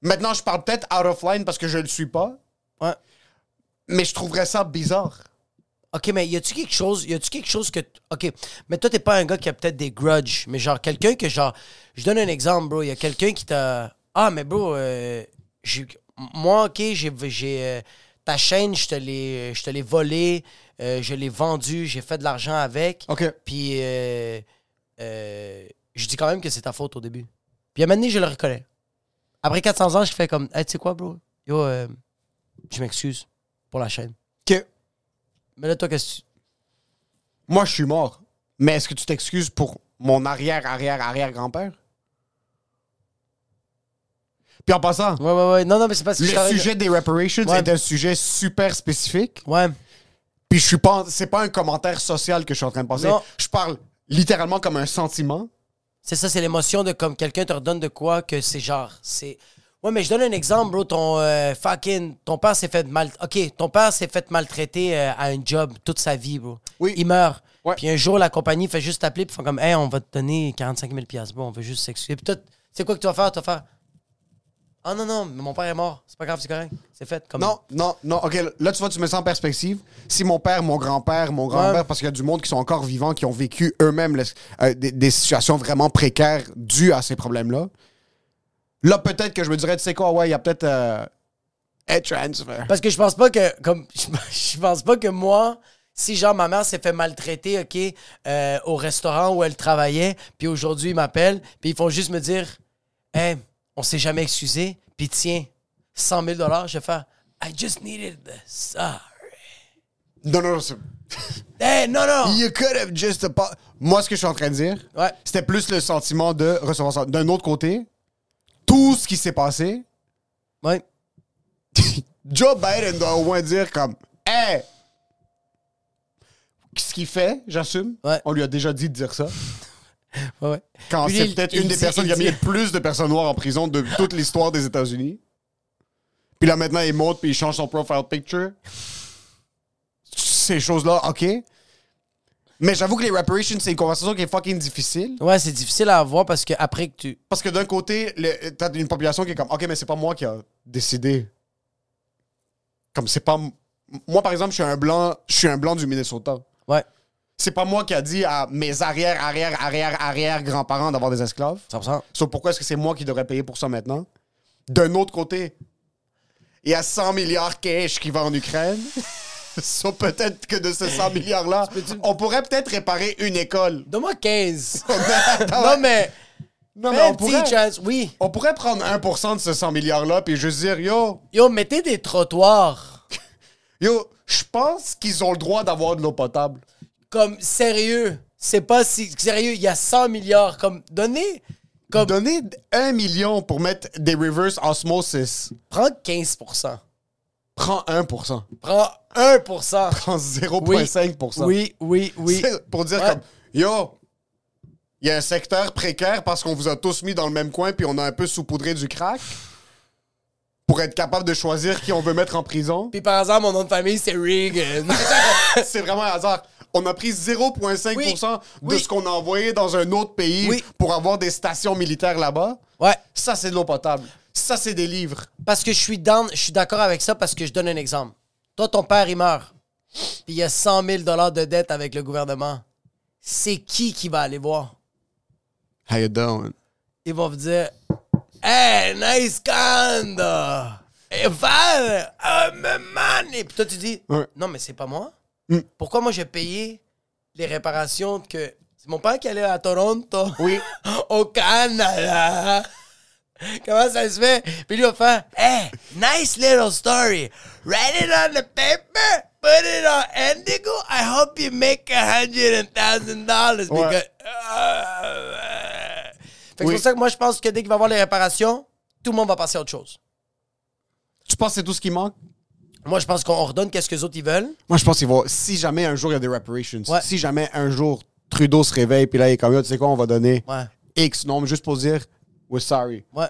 S3: Maintenant, je parle peut-être out of line parce que je le suis pas,
S2: Ouais.
S3: mais je trouverais ça bizarre.
S2: OK, mais y a-tu quelque chose, y a-tu quelque chose que t- OK, mais toi t'es pas un gars qui a peut-être des grudges, mais genre quelqu'un que genre je donne un exemple bro, y a quelqu'un qui t'a Ah mais bro, euh, j'ai- moi OK, j'ai j'ai euh, ta chaîne, je te l'ai je te l'ai volée, euh, je l'ai vendue, j'ai fait de l'argent avec.
S3: OK.
S2: Puis euh, euh, je dis quand même que c'est ta faute au début. Puis à un moment donné, je le reconnais. Après 400 ans, je fais comme Hey, tu sais quoi bro Yo euh, je m'excuse pour la chaîne.
S3: OK.
S2: Mais là toi qu'est-ce que tu
S3: Moi, je suis mort. Mais est-ce que tu t'excuses pour mon arrière, arrière, arrière grand-père? Puis en passant,
S2: Ouais, ouais, ouais. Non, non, mais c'est parce que je
S3: le
S2: t'arrête-
S3: sujet des reparations
S2: Ouais.
S3: est un sujet super spécifique.
S2: Ouais.
S3: Puis je suis pas, c'est pas un commentaire social que je suis en train de passer.
S2: Non.
S3: Je parle littéralement comme un sentiment.
S2: C'est ça, c'est l'émotion de comme quelqu'un te redonne de quoi que c'est genre. c'est Ouais, mais je donne un exemple, bro. Ton euh, fucking. Ton père s'est fait mal. Ok, ton père s'est fait maltraiter euh, à un job toute sa vie, bro.
S3: Oui.
S2: Il meurt.
S3: Ouais.
S2: Puis un jour, la compagnie fait juste t'appeler, puis font comme, hey, on va te donner 45 000 Bon, on veut juste s'excuser. Puis toi, t- c'est quoi que tu vas faire? Tu vas faire. Ah non, non, mais mon père est mort. C'est pas grave, c'est correct. C'est fait. Comme...
S3: Non, non, non. OK, là, tu vois, tu me sens en perspective. Si mon père, mon grand-père, mon grand-père,
S2: Ouais.
S3: parce qu'il y a du monde qui sont encore vivants, qui ont vécu eux-mêmes les- euh, des, des situations vraiment précaires dues à ces problèmes-là, là, peut-être que je me dirais, tu sais quoi, ouais, il y a peut-être euh, un transfer.
S2: Parce que je pense pas que comme je, je pense pas que moi si genre ma mère s'est fait maltraiter OK euh, au restaurant où elle travaillait puis aujourd'hui ils m'appellent puis ils font juste me dire "Hey, on s'est jamais excusé puis tiens 100 000 dollars je vais faire I just needed the sorry.
S3: Non, non, non. c'est-
S2: Hey, non non.
S3: You could have just... apo- Moi, ce que je suis en train de dire,
S2: Ouais.
S3: c'était plus le sentiment de recevoir ça. D'un autre côté, tout ce qui s'est passé,
S2: Ouais.
S3: Joe Biden doit au moins dire comme Hey! Ce qu'il fait, j'assume.
S2: Ouais.
S3: On lui a déjà dit de dire ça.
S2: Ouais. ouais.
S3: Quand
S2: Lui,
S3: c'est
S2: il-
S3: peut-être
S2: il
S3: une des
S2: dit-
S3: personnes
S2: il
S3: qui a mis
S2: dit-
S3: le plus de personnes noires en prison de toute l'histoire des États-Unis. Puis là, maintenant, il monte puis il change son profile picture. Ces choses-là, OK. Mais j'avoue que les reparations, c'est une conversation qui est fucking difficile.
S2: Ouais, c'est difficile à avoir parce que après que tu
S3: Parce que d'un côté, le- t'as une population qui est comme, OK, mais c'est pas moi qui a décidé. Comme c'est pas. m- Moi, par exemple, je suis un blanc, je suis un blanc du Minnesota.
S2: ouais,
S3: C'est pas moi qui a dit à mes arrière, arrière, arrière, arrière grands-parents d'avoir des esclaves.
S2: 100%.
S3: Sauf pourquoi est-ce que c'est moi qui devrais payer pour ça maintenant? D'un autre côté, il y a 100 milliards cash qui va en Ukraine. Sauf peut-être que de ces 100 milliards-là, on pourrait peut-être réparer une école.
S2: Donne-moi 15.
S3: non,
S2: non mais
S3: Ah non,
S2: fais un petit chance. Oui.
S3: on pourrait prendre 1% de ce 100 milliards-là puis juste dire, yo,
S2: Yo, mettez des trottoirs.
S3: yo, je pense qu'ils ont le droit d'avoir de l'eau potable.
S2: comme sérieux, c'est pas si sérieux, il y a 100 milliards comme donnez comme
S3: Donner 1 million pour mettre des reverse osmosis.
S2: prends 15%.
S3: Prends 1%.
S2: Prends 1%.
S3: Prends 0,5%.
S2: Oui, oui, oui.
S3: C'est Pour dire
S2: Ouais.
S3: comme, yo, il y a un secteur précaire parce qu'on vous a tous mis dans le même coin puis on a un peu saupoudré du crack pour être capable de choisir qui on veut mettre en prison.
S2: Puis par exemple, mon nom de famille c'est Reagan.
S3: C'est vraiment un hasard. On a pris 0,5%
S2: Oui.
S3: de
S2: Oui.
S3: ce qu'on a envoyé dans un autre pays
S2: Oui.
S3: pour avoir des stations militaires là-bas.
S2: ouais,
S3: Ça, c'est de l'eau potable. Ça, c'est des livres.
S2: parce que je suis down, je suis d'accord avec ça parce que je donne un exemple. Toi ton père il meurt. Puis il y a 100 000 dollars de dette avec le gouvernement. C'est qui qui va aller voir
S3: How you doing?
S2: Ils vont vous dire Hey, nice condo! Et Val, I'm a man! Et puis toi, tu dis
S3: Ouais.
S2: Non, mais c'est pas moi.
S3: Mm.
S2: Pourquoi moi, j'ai payé les réparations que. C'est mon père qui allait à Toronto.
S3: Oui.
S2: Au Canada. Comment ça se fait? Puis lui, il va faire Hey, nice little story. Write it on the paper. Put it on Indigo. I hope you make a hundred thousand dollars.
S3: Ouais.
S2: because- Ah, ouais. Fait que c'est
S3: Oui.
S2: pour ça que moi, je pense que dès qu'il va y avoir les réparations, tout le monde va passer à autre chose.
S3: Tu penses que c'est tout ce qui manque?
S2: Moi, je pense qu'on redonne qu'est-ce que les autres ils veulent.
S3: Moi, je pense qu'il va. Si jamais un jour il y a des reparations,
S2: Ouais.
S3: si jamais un jour Trudeau se réveille puis là, il est comme, Yo, tu sais quoi, on va donner
S2: Ouais.
S3: X nombre juste pour dire we're sorry.
S2: Ouais.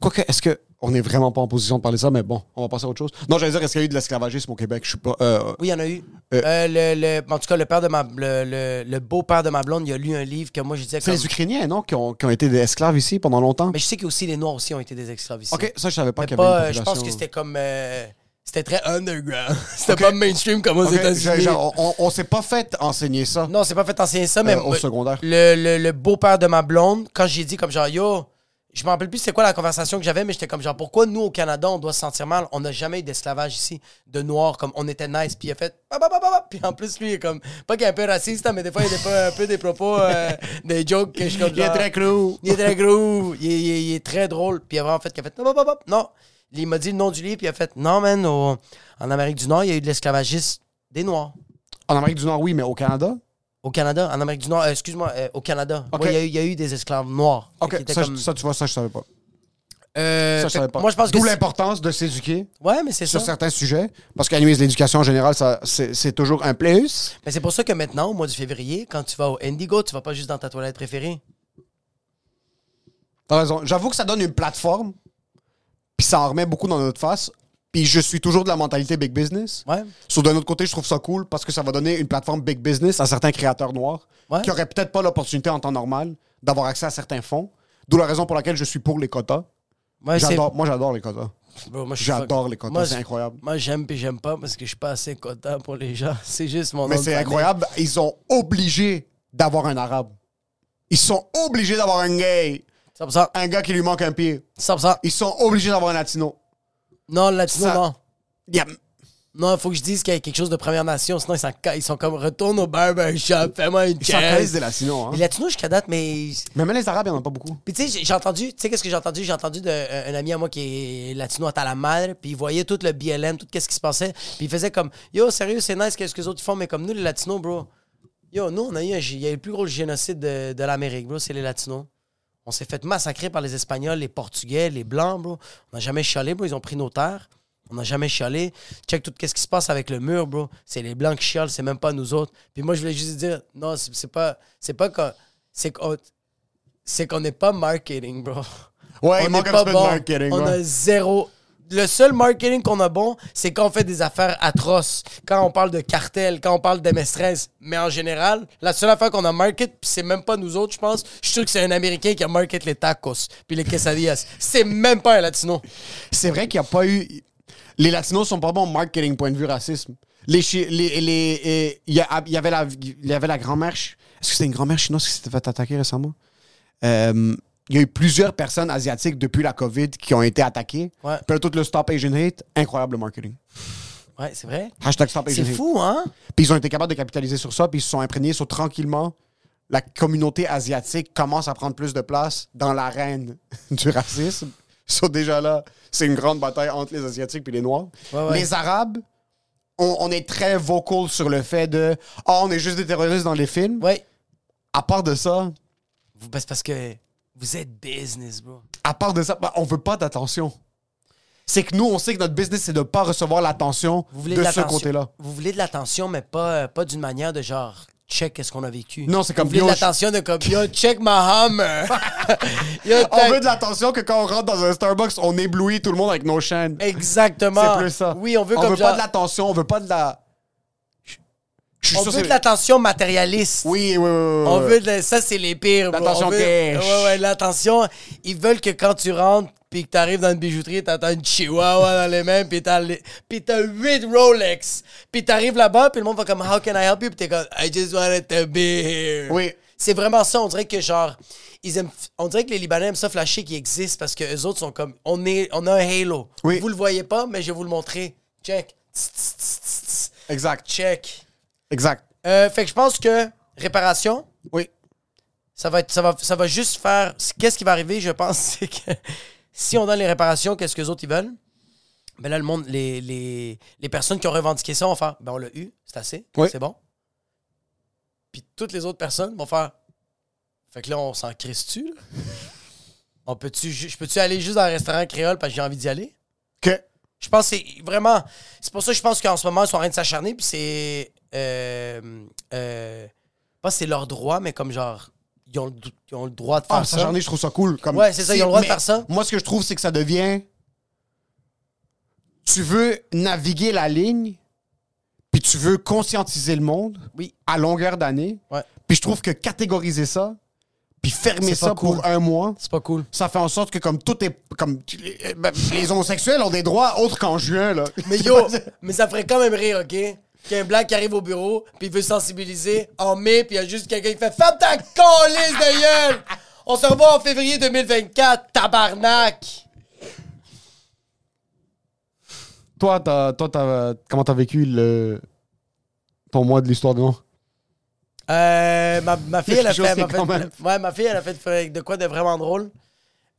S3: Quoique, est-ce que. On n'est vraiment pas en position de parler de ça, mais bon, on va passer à autre chose. Non, j'allais dire, est-ce qu'il y a eu de l'esclavagisme au Québec? Je suis pas. euh,
S2: Oui, il y en a eu. Euh, le, le- en tout cas, le père de ma le, le- le beau-père de ma blonde, il a lu un livre que moi je disais
S3: C'est
S2: comme...
S3: les Ukrainiens, non, qui ont, qui ont été des esclaves ici pendant longtemps?
S2: Mais je sais qu'aussi les Noirs aussi ont été des esclavistes.
S3: ok, ça, je savais pas
S2: Mais
S3: qu'il y
S2: pas,
S3: avait
S2: euh,
S3: une
S2: je
S3: population-
S2: pense que c'était comme. euh, c'était très underground. c'était pas mainstream comme aux
S3: Ok, genre,
S2: États-Unis.
S3: genre, on, on s'est pas fait enseigner ça
S2: Non, c'est pas fait enseigner ça, mais.
S3: euh, au secondaire.
S2: Le, le- le beau-père de ma blonde, quand j'ai dit comme genre, yo, je me rappelle plus c'est quoi la conversation que j'avais, mais j'étais comme genre, pourquoi nous au Canada on doit se sentir mal On n'a jamais eu d'esclavage ici, de noirs, comme on était nice, puis il a fait. Bah, bah, bah, bah, bah. Puis en plus, lui, il est comme. Pas qu'il est un peu raciste, hein, mais des fois, il est pas un peu des propos, euh, des jokes que je suis comme genre-
S3: cru.
S2: il est très gros, il est, il est- il est très drôle. Puis il a vraiment fait qu'il a fait non, non, non, non, non. Il m'a dit le nom du livre, puis il a fait non, man, au- en Amérique du Nord, il y a eu de l'esclavagisme des Noirs.
S3: En Amérique du Nord, oui, mais au Canada?
S2: Au Canada, en Amérique du Nord, euh, excuse-moi, euh, au Canada,
S3: Ok.
S2: Ouais, il, y a eu, il y a eu des esclaves noirs.
S3: Ok,
S2: Fait qu'ils étaient
S3: ça,
S2: comme-
S3: ça, tu vois, ça, je savais pas.
S2: Euh,
S3: Ça, je
S2: fait
S3: savais
S2: que
S3: pas.
S2: Moi, je pense que.
S3: D'où
S2: c'est-
S3: l'importance de s'éduquer
S2: Ouais, mais c'est ça.
S3: sur certains sujets, parce qu'à la limite, l'éducation en général, ça, c'est, c'est toujours un plus.
S2: Mais c'est pour ça que maintenant, au mois de février, quand tu vas au Indigo, tu vas pas juste dans ta toilette préférée.
S3: T'as raison. J'avoue que ça donne une plateforme, puis ça en remet beaucoup dans notre face. Puis je suis toujours de la mentalité big business.
S2: Ouais.
S3: Sur d'un autre côté, je trouve ça cool parce que ça va donner une plateforme big business à certains créateurs noirs
S2: Ouais.
S3: qui auraient peut-être pas l'opportunité en temps normal d'avoir accès à certains fonds. D'où la raison pour laquelle je suis pour les quotas.
S2: Ouais, c'est-
S3: J'adore, moi, j'adore les quotas.
S2: Bro, moi, je suis
S3: J'adore
S2: fuck-
S3: les quotas,
S2: Moi,
S3: c'est
S2: je-
S3: incroyable.
S2: Moi, j'aime puis j'aime pas parce que je suis pas assez content pour les gens. C'est juste mon
S3: Mais
S2: nom de
S3: c'est
S2: famille.
S3: incroyable, ils sont obligés d'avoir un arabe. Ils sont obligés d'avoir un gay,
S2: 100%.
S3: un gars qui lui manque un pied.
S2: 100%.
S3: Ils sont obligés d'avoir un latino.
S2: Non, le latino,
S3: Ça-
S2: non.
S3: Il y a-
S2: Non, faut que je dise qu'il y a quelque chose de Première Nation, sinon ils, s'en ca- ils sont comme retourne au barbershop, fais-moi une
S3: Ils s'en connaissent
S2: chaise.
S3: des latinos. Hein?
S2: Les latinos jusqu'à date, mais.
S3: Mais même les arabes, il n'y en a pas beaucoup.
S2: Puis tu sais, j'ai- j'ai entendu, tu sais, qu'est-ce que j'ai entendu? J'ai entendu d'un un ami à moi qui est latino à la madre, puis il voyait tout le BLM, tout qu'est-ce qui se passait, puis il faisait comme Yo, sérieux, c'est nice, qu'est-ce que les autres font, mais comme nous, les latinos, bro. Yo, nous, on a eu, un gé- il y a eu le plus gros génocide de, de l'Amérique, bro, c'est les latinos. On s'est fait massacrer par les Espagnols, les Portugais, les Blancs, bro. On n'a jamais chialé, bro. Ils ont pris nos terres. On n'a jamais chialé. Check tout ce qui se passe avec le mur, bro. C'est les Blancs qui chialent, c'est même pas nous autres. Puis moi, je voulais juste dire, non, c'est c'est pas... C'est pas qu'on... C'est qu'on... C'est qu'on n'est pas marketing, bro.
S3: Ouais, il
S2: on
S3: manque
S2: n'est
S3: un
S2: pas
S3: petit peu
S2: bon.
S3: de marketing.
S2: On
S3: ouais.
S2: a zéro... Le seul marketing qu'on a bon, c'est quand on fait des affaires atroces. Quand on parle de cartel, quand on parle d'MS13. Mais en général, la seule affaire qu'on a market, puis c'est même pas nous autres, je pense. Je suis sûr que c'est un Américain qui a market les tacos puis les quesadillas. C'est même pas un Latino.
S3: C'est vrai qu'il n'y a pas eu. Les latinos sont pas bons en marketing, point de vue racisme. Les, chi- les, les, et il y, a- il y avait la, il y avait la grand-mère. chi- Est-ce que c'était une grand-mère chinoise qui s'était fait attaquer récemment? Euh, il y a eu plusieurs personnes asiatiques depuis la COVID qui ont été attaquées.
S2: Ouais.
S3: Puis là, tout le Stop Asian Hate, incroyable le marketing.
S2: Ouais, c'est vrai.
S3: Hashtag Stop Asian
S2: C'est
S3: Hate.
S2: fou, hein?
S3: Puis ils ont été capables de capitaliser sur ça, puis ils se sont imprégnés sur tranquillement. La communauté asiatique commence à prendre plus de place dans l'arène du racisme. Ça, déjà là, c'est une grande bataille entre les Asiatiques et les Noirs.
S2: Ouais, ouais.
S3: Les Arabes, on, on est très vocal sur le fait de Ah, on est juste des terroristes dans les films.
S2: Ouais.
S3: À part de ça,
S2: Vous- ben, c'est parce que vous êtes business, bro.
S3: à part de ça, bah, on veut pas d'attention. C'est que nous, on sait que notre business, c'est de pas recevoir l'attention
S2: Vous voulez
S3: de ce
S2: l'attention-
S3: côté-là.
S2: Vous voulez de l'attention, mais pas, euh, pas d'une manière de genre check qu'est-ce qu'on a vécu.
S3: Non, c'est comme,
S2: Vous voulez
S3: yo,
S2: de l'attention de comme yo, check my hammer. Yo,
S3: On
S2: t'as-
S3: veut de l'attention que quand on rentre dans un Starbucks, on éblouit tout le monde avec nos chaînes.
S2: Exactement.
S3: C'est plus ça.
S2: Oui, on veut
S3: Bah, on
S2: comme
S3: veut
S2: genre.
S3: pas de l'attention, on veut pas de la. Je- Je suis
S2: on
S3: sûr
S2: veut
S3: c'est-
S2: de l'attention matérialiste.
S3: Oui, oui, oui, oui,
S2: On
S3: oui.
S2: veut de- ça, c'est les pires. bro.
S3: L'attention
S2: On veut-
S3: cash.
S2: Ouais, ouais, l'attention. Ils veulent que quand tu rentres puis que t'arrives dans une bijouterie, t'entends une chihuahua dans les mains puis t'as les- puis t'as huit Rolex. Puis t'arrives là-bas puis le monde va comme How can I help you? Puis t'es comme I just wanted to be here.
S3: Oui.
S2: C'est vraiment ça. On dirait que genre ils aiment. On dirait que les Libanais aiment ça flasher qui existe parce que les autres sont comme on est on a un halo.
S3: Oui.
S2: Vous le voyez pas mais je vais vous le montrer. Check. Tss, tss, tss, tss, tss.
S3: Exact.
S2: Check.
S3: Exact.
S2: Euh, fait que je pense que réparation.
S3: Oui.
S2: Ça va, être, ça, va, ça va juste faire. Qu'est-ce qui va arriver, je pense, c'est que si on donne les réparations, qu'est-ce que les autres ils veulent? Ben là, le monde, les, les, les personnes qui ont revendiqué ça vont faire ben on l'a eu, c'est assez,
S3: Oui.
S2: c'est bon. Puis toutes les autres personnes vont faire Fait que là, on s'en crisse-tu, là? On peut-tu, ju- je peux-tu aller juste dans un restaurant créole parce que j'ai envie d'y aller?
S3: Que.
S2: Je pense que c'est vraiment. C'est pour ça que je pense qu'en ce moment, ils sont en train de s'acharner. Puis c'est. euh, euh, pas c'est leur droit, mais comme genre. ils ont, le d- ils ont le droit de faire
S3: Ah, ça,
S2: ça.
S3: j'en ai, je trouve ça cool. Comme,
S2: Ouais, c'est ça,
S3: si-
S2: ils ont le droit de
S3: mais
S2: faire ça.
S3: Moi, ce que je trouve, c'est que ça devient. Tu veux naviguer la ligne, puis tu veux conscientiser le monde
S2: Oui.
S3: à longueur d'année.
S2: Ouais.
S3: Puis je trouve que catégoriser ça, puis fermer
S2: C'est
S3: ça
S2: pas cool.
S3: pour un mois,
S2: C'est pas cool.
S3: ça fait en sorte que comme tout est. comme euh, ben, Les homosexuels ont des droits autres qu'en juin, là.
S2: Mais yo, mais ça ferait quand même rire, OK? Qu'il y a un black qui arrive au bureau, puis il veut sensibiliser en mai, puis il y a juste quelqu'un qui fait « Ferme ta colisse de gueule! On se revoit en février 2024, tabarnak!
S3: Toi, t'as- toi t'as- comment t'as vécu le... ton mois de l'histoire de nom? »
S2: Euh, ma, ma fille, elle a
S3: Quelque
S2: fait,
S3: chose
S2: m'a
S3: qui est quand
S2: fait-
S3: même-
S2: ouais, ma fille, elle a fait de quoi de vraiment drôle.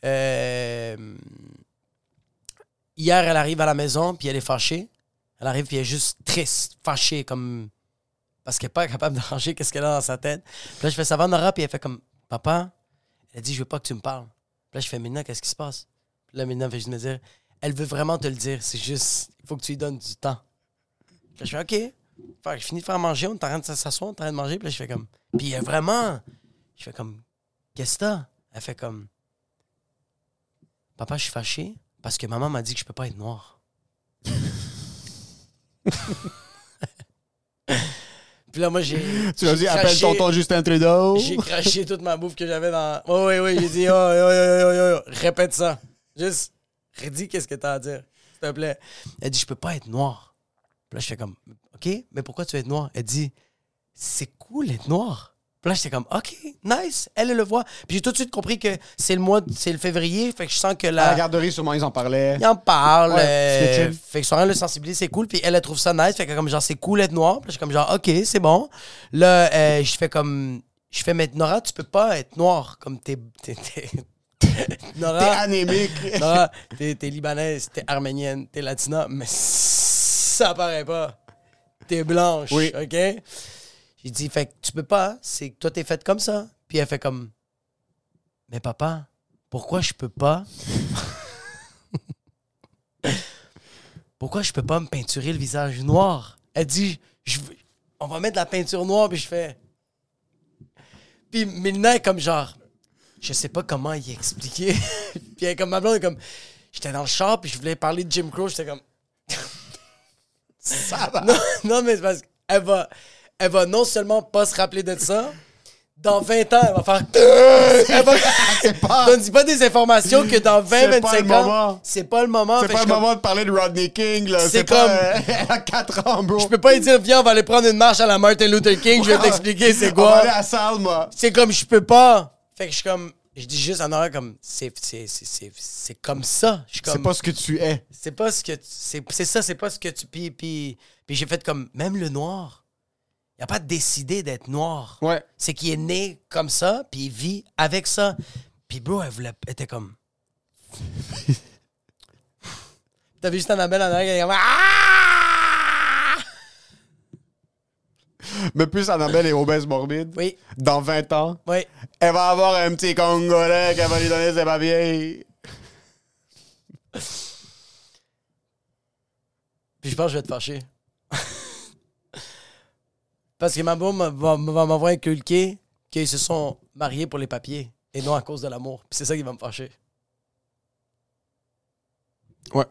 S2: Euh, hier, elle arrive à la maison, puis elle est fâchée. Elle arrive, puis elle est juste triste, fâchée, comme... Parce qu'elle n'est pas capable de ranger qu'est-ce qu'elle a dans sa tête. Puis là, je fais ça va, Nora, puis elle fait comme... Papa, elle dit, je veux pas que tu me parles. Puis là, je fais, maintenant, qu'est-ce qui se passe? Puis là, maintenant, elle fait juste me dire, elle veut vraiment te le dire. C'est juste, il faut que tu lui donnes du temps. Puis là, je fais, OK. Fait que je finis de faire manger, on est en train de s'asseoir, on est en train de manger. Puis là, je fais comme, puis euh, vraiment, je fais comme, qu'est-ce que t'as? Elle fait comme, papa, je suis fâché parce que maman m'a dit que je peux pas être noir. puis là, moi, j'ai.
S3: Tu as
S2: j'ai
S3: dit, appelle
S2: craché-
S3: tonton Justin Trudeau.
S2: j'ai craché toute ma bouffe que j'avais dans. Oui, oui, oui. J'ai dit, oh, oh, oh, oh, oh, oh, répète ça. Juste, redis qu'est-ce que t'as à dire, s'il te plaît. Elle dit, je peux pas être noir. Puis là, je fais comme, OK, mais pourquoi tu veux être noir? Elle dit, c'est cool être noir. Puis là, j'étais comme, OK, nice. Elle, elle le voit. Puis j'ai tout de suite compris que c'est le mois, de- c'est le février. Fait que je sens que
S3: À la
S2: la.
S3: garderie, sûrement, ils en parlaient.
S2: Il en parle.
S3: Ouais,
S2: euh,
S3: c'est chill.
S2: fait que son le sensibilise, c'est cool. Puis elle, elle trouve ça nice. Fait que comme genre, c'est cool être noir. Puis je suis comme genre, OK, c'est bon. Là, euh, je fais comme. Je fais, mais Nora, tu peux pas être noir comme t'es. t'es- t'es-
S3: T'es
S2: Nora,
S3: anémique.
S2: Nora, t'es t'es libanaise, t'es arménienne, t'es latina, mais ça paraît pas. T'es blanche,
S3: Oui.
S2: OK? J'ai dit, fait que tu peux pas, c'est que toi, t'es faite comme ça. Puis elle fait comme, mais papa, pourquoi je peux pas pourquoi je peux pas me peinturer le visage noir? Elle dit, je veux- on va mettre de la peinture noire, puis je fais. Puis Milna est comme genre, je sais pas comment y expliquer. puis elle est comme ma blonde est comme, j'étais dans le char, puis je voulais parler de Jim Crow, j'étais comme.
S3: Ça va.
S2: Non, non, mais c'est parce qu'elle va, elle va non seulement pas se rappeler de ça, dans 20 ans, elle va faire. Elle va-
S3: C'est pas,
S2: Donne-y pas des informations que dans 20,
S3: Ah! C'est pas
S2: 25
S3: le
S2: ans,
S3: moment.
S2: c'est pas le moment.
S3: c'est
S2: Fait
S3: pas
S2: que
S3: le
S2: je suis
S3: moment de parler de Rodney King, là.
S2: C'est
S3: C'est
S2: comme-
S3: pas euh, à 4 ans, bro.
S2: Je peux pas lui dire, viens, on va aller prendre une marche à la Martin Luther King, je vais t'expliquer c'est
S3: Ah! On va
S2: quoi.
S3: aller à Salma.
S2: C'est comme, je peux pas. Fait que je suis comme, je dis juste en horaire comme, c'est c'est- c'est- c'est- c'est comme ça. Je suis
S3: C'est
S2: comme,
S3: pas ce que tu es.
S2: c'est pas ce que, tu- c'est c'est ça, c'est pas ce que tu. Puis, puis, puis j'ai fait comme, même le noir, il a pas décidé d'être noir.
S3: Ouais.
S2: C'est qu'il est né comme ça, puis il vit avec ça. Puis bro, elle, voulait, elle était comme. T'as vu juste Annabelle en arrière, elle est comme. Ah!
S3: Mais plus Annabelle est obèse morbide,
S2: Oui,
S3: dans 20 ans,
S2: oui.
S3: elle va avoir un petit Congolais qu'elle va lui donner ses papiers.
S2: Puis je pense que je vais te fâcher. Parce que ma boum va, va m'avoir inculqué qu'ils se sont mariés pour les papiers et non à cause de l'amour. Puis c'est ça qui va me fâcher.
S3: Ouais.